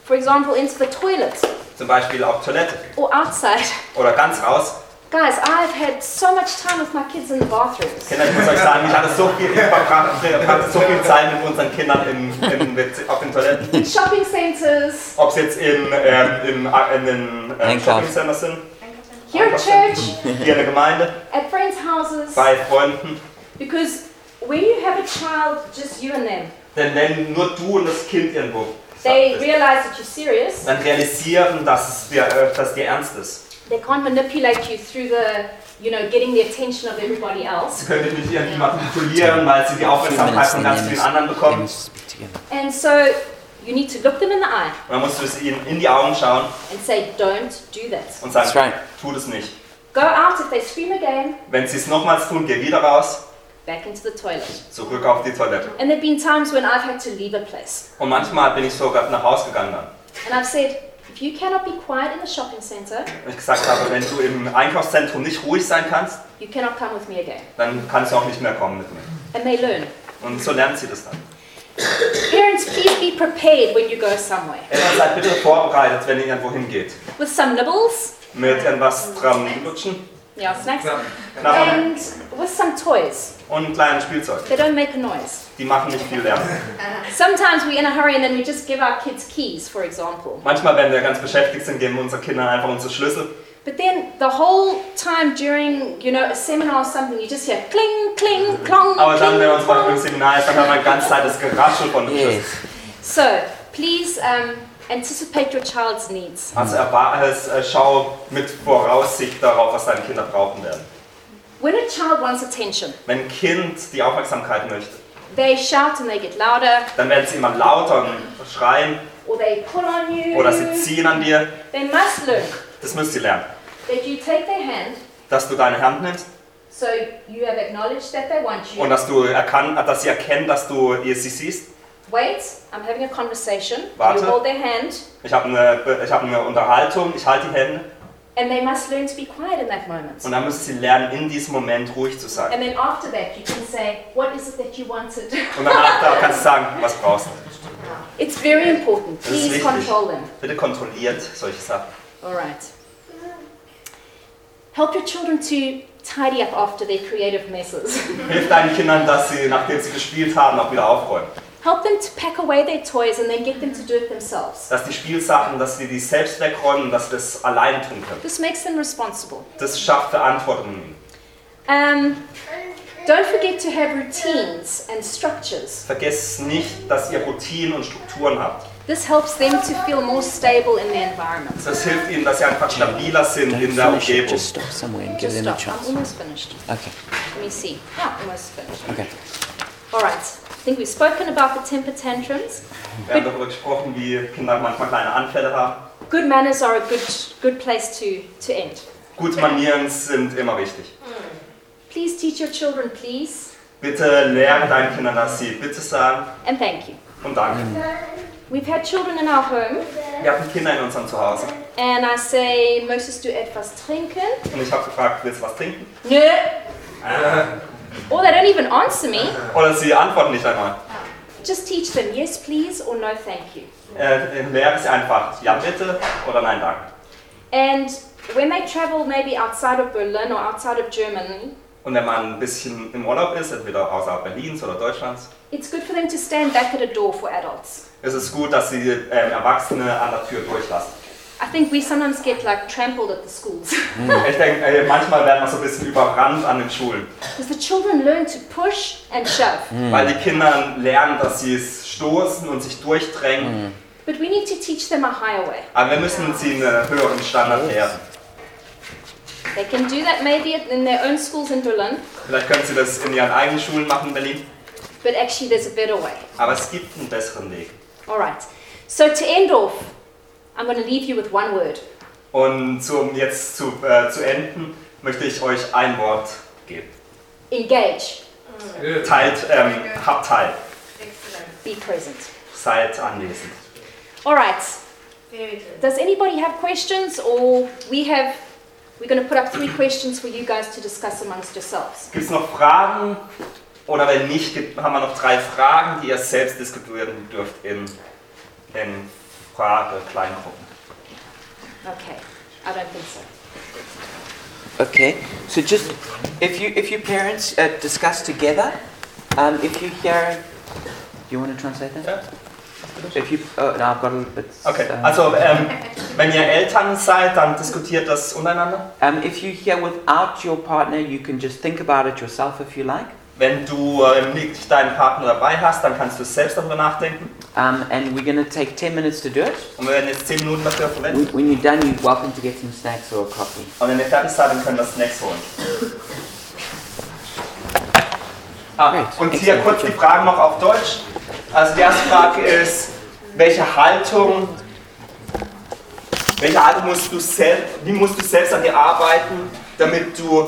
Speaker 4: For example, into the toilet
Speaker 1: Zum Beispiel auf Toilette
Speaker 4: or outside.
Speaker 1: oder ganz raus.
Speaker 4: Guys, I've had so much time with my kids in the bathrooms.
Speaker 1: Kinder, ich muss euch sagen, ich hatte so viel, ich verbrachte verbrachte so viel Zeit mit unseren Kindern im, im, mit- auf den Toiletten.
Speaker 4: Shopping centers,
Speaker 1: Ob sie jetzt in, ähm, im, in den äh,
Speaker 2: Einkauf.
Speaker 1: Shopping-Center sind,
Speaker 4: here at church,
Speaker 1: hier in der Gemeinde,
Speaker 4: at friends' houses.
Speaker 1: bei Freunden.
Speaker 4: Because when you have a child, just you and them,
Speaker 1: Denn wenn nur du und das Kind irgendwo
Speaker 4: they
Speaker 1: bist,
Speaker 4: realize that you're serious.
Speaker 1: dann realisieren, dass es dir, äh, dass dir ernst ist.
Speaker 4: They can't manipulate you through the, you know, getting the attention of everybody
Speaker 1: Sie
Speaker 4: else.
Speaker 1: können nicht irgendwie manipulieren, weil sie die Aufmerksamkeit von ganz vielen anderen bekommen. Und
Speaker 4: And so you need to look them in the eye
Speaker 1: dann musst du es ihnen in die Augen schauen
Speaker 4: and say, don't do that.
Speaker 1: und
Speaker 2: That's
Speaker 1: sagen,
Speaker 2: right.
Speaker 1: tu das nicht.
Speaker 4: Go out if they scream again,
Speaker 1: Wenn sie es nochmals tun, geh wieder raus,
Speaker 4: back into the toilet.
Speaker 1: zurück auf die Toilette.
Speaker 4: And there have been times when I've had to leave a place.
Speaker 1: Und manchmal bin ich sogar nach Hause gegangen dann.
Speaker 4: And I've said, If you cannot be quiet in the shopping center,
Speaker 1: ich gesagt habe, wenn du im Einkaufszentrum nicht ruhig sein kannst,
Speaker 4: you cannot come with me again.
Speaker 1: dann kannst du auch nicht mehr kommen mit mir.
Speaker 4: And they learn.
Speaker 1: Und so lernt sie das dann.
Speaker 4: Parents, please be prepared when you go somewhere.
Speaker 1: Eltern, seid bitte vorbereitet, wenn ihr irgendwo hingeht.
Speaker 4: With some nibbles,
Speaker 1: Mit irgendwas dran lutschen,
Speaker 4: yeah, snacks,
Speaker 3: Knapp.
Speaker 1: knabbern
Speaker 4: and with some toys.
Speaker 1: und kleinen Spielzeug.
Speaker 4: They don't make a noise.
Speaker 1: Die machen nicht viel Lärm.
Speaker 4: Sometimes we're in a hurry and then we just give our kids keys, for example.
Speaker 1: Manchmal, wenn wir ganz beschäftigt sind, geben wir unseren Kindern einfach unsere Schlüssel.
Speaker 4: But then the whole time during, you know, a seminar or something, you just hear cling, cling, clong,
Speaker 1: Aber dann, wenn
Speaker 4: cling,
Speaker 1: man zum Beispiel im
Speaker 4: clong.
Speaker 1: Seminar ist, dann hat man ganz Zeit das Geraschel von den Schlüsseln.
Speaker 2: Yes.
Speaker 4: So please um, anticipate your child's needs.
Speaker 1: Also erwar- äh, schau mit Voraussicht darauf, was deine Kinder brauchen werden.
Speaker 4: When a child wants attention,
Speaker 1: Wenn ein Kind die Aufmerksamkeit möchte,
Speaker 4: they shout and they get louder,
Speaker 1: dann werden sie immer lauter und schreien
Speaker 4: or they pull on you.
Speaker 1: oder sie ziehen an dir.
Speaker 4: They must learn
Speaker 1: Das müsst ihr lernen.
Speaker 4: that you take their hand,
Speaker 1: Dass du deine Hand nimmst
Speaker 4: so you have acknowledged that they want you.
Speaker 1: und dass, du erkannt, dass sie erkennen, dass du ihr sie siehst.
Speaker 4: Wait, I'm having a conversation.
Speaker 1: Warte.
Speaker 4: You hold their hand,
Speaker 1: Ich habe eine, ich hab eine Unterhaltung, ich halte die Hände
Speaker 4: and they must learn to be quiet in that moment.
Speaker 1: und dann müssen sie lernen, in diesem Moment ruhig zu sein.
Speaker 4: And then after that, you can say, What is it that you wanted?
Speaker 1: Und danach da kannst du sagen, was brauchst du.
Speaker 4: It's very important.
Speaker 1: Das ist
Speaker 4: Please
Speaker 1: wichtig.
Speaker 4: control them.
Speaker 1: Bitte kontrolliert solche Sachen.
Speaker 4: All right. Help your children to tidy up after their creative messes.
Speaker 1: Hilf deinen Kindern, dass sie, nachdem sie gespielt haben, auch wieder aufräumen.
Speaker 4: Help them to pack away their toys and then get them to do it themselves.
Speaker 1: dass die Spielsachen, dass wir die selbst wegräumen und dass wir das allein tun können.
Speaker 4: This makes them responsible.
Speaker 1: Das schafft Verantwortung.
Speaker 4: Um, don't forget to have routines and structures.
Speaker 1: Vergesst nicht, dass ihr Routinen und Strukturen habt.
Speaker 4: This helps them to feel more stable in their environment.
Speaker 1: Das hilft ihnen, dass sie einfach stabiler sind
Speaker 2: Don't
Speaker 1: in der
Speaker 2: finish it,
Speaker 1: Umgebung.
Speaker 2: just stop somewhere and give
Speaker 4: Just
Speaker 2: them a
Speaker 4: stop. I'm
Speaker 2: chance.
Speaker 4: almost finished.
Speaker 2: Okay,
Speaker 4: Let me see. Yeah, almost finished.
Speaker 2: okay.
Speaker 4: All right. I think we've spoken about the temper tantrums.
Speaker 1: Wir haben darüber gesprochen, wie Kinder manchmal kleine Anfälle haben.
Speaker 4: Good manners are a good good place to to end.
Speaker 1: Gute Manieren sind immer wichtig.
Speaker 4: Please teach your children, please,
Speaker 1: Bitte lehre deinen Kindern, dass sie bitte sagen
Speaker 4: and thank you.
Speaker 1: und danke.
Speaker 4: We've had children in our home,
Speaker 1: Wir hatten Kinder in unserem Zuhause
Speaker 4: and I say, "Möchtest du etwas trinken?"
Speaker 1: und ich habe gefragt, willst du was trinken?
Speaker 4: No. Or they don't even answer me.
Speaker 1: Oder sie antworten nicht einmal.
Speaker 4: Just teach them, yes, please, or no, thank you.
Speaker 1: Äh, lehre sie einfach, ja bitte oder nein danke.
Speaker 4: And when they travel, maybe outside of Berlin or outside of Germany,
Speaker 1: Und wenn man ein bisschen im Urlaub ist, entweder außerhalb Berlins oder Deutschlands,
Speaker 4: it's good for them to stand back at a door for adults.
Speaker 1: ist es gut, dass sie ähm, Erwachsene an der Tür durchlassen.
Speaker 4: I think we sometimes get like trampled at the schools
Speaker 1: Ich denke, äh, manchmal werden wir so ein bisschen überrannt an den Schulen,
Speaker 4: because the children learn to push and shove.
Speaker 1: weil die Kinder lernen, dass sie es stoßen und sich durchdrängen.
Speaker 4: But we need to teach them a higher way.
Speaker 1: Aber wir müssen sie einen höheren Standard lehren.
Speaker 4: They can do that maybe at- in their own schools in Berlin,
Speaker 1: Vielleicht können sie das in ihren eigenen Schulen machen in Berlin,
Speaker 4: but actually there's a better way.
Speaker 1: aber es gibt einen besseren Weg.
Speaker 4: All right. So to end off, I'm going to leave you with one word.
Speaker 1: Und um jetzt zu, äh, zu enden, möchte ich euch ein Wort geben.
Speaker 4: Engage.
Speaker 3: Good.
Speaker 1: Teilt, ähm, habt teil,
Speaker 5: Excellent.
Speaker 4: Be present.
Speaker 1: seid anwesend.
Speaker 4: All right.
Speaker 5: Very good.
Speaker 4: Does anybody have questions or we have we're going to put up three questions for you guys to discuss amongst yourselves.
Speaker 1: Gibt es noch Fragen? Oder wenn nicht, gibt- haben wir noch drei Fragen, die ihr selbst diskutieren dürft in, in Frage-Kleingruppen.
Speaker 4: Okay. I don't think so.
Speaker 2: Okay, so just if you if you parents uh, discuss together, um, if you hear, you want to translate that?
Speaker 1: Ja.
Speaker 2: If you, oh, no, I've got a little bit.
Speaker 1: Okay,
Speaker 2: um,
Speaker 1: also ähm, wenn ihr Eltern seid, dann diskutiert das untereinander.
Speaker 2: um, if you hear without your partner, you can just think about it yourself if you like,
Speaker 1: Wenn du ähm, nicht deinen Partner dabei hast, dann kannst du selbst darüber nachdenken.
Speaker 2: um, and we're going to take ten minutes to do it.
Speaker 1: Und wir werden jetzt 10 Minuten dafür verwenden.
Speaker 2: When- When you're done, you're welcome to get some snacks or a coffee.
Speaker 1: Und wenn ihr fertig seid, dann könnt ihr Snacks holen. Ah,
Speaker 2: Great.
Speaker 1: und hier
Speaker 2: Excellent.
Speaker 1: kurz die Fragen noch auf Deutsch. Also die erste Frage ist, welche Haltung, welche Haltung musst du selbst, wie musst du selbst an dir arbeiten, damit du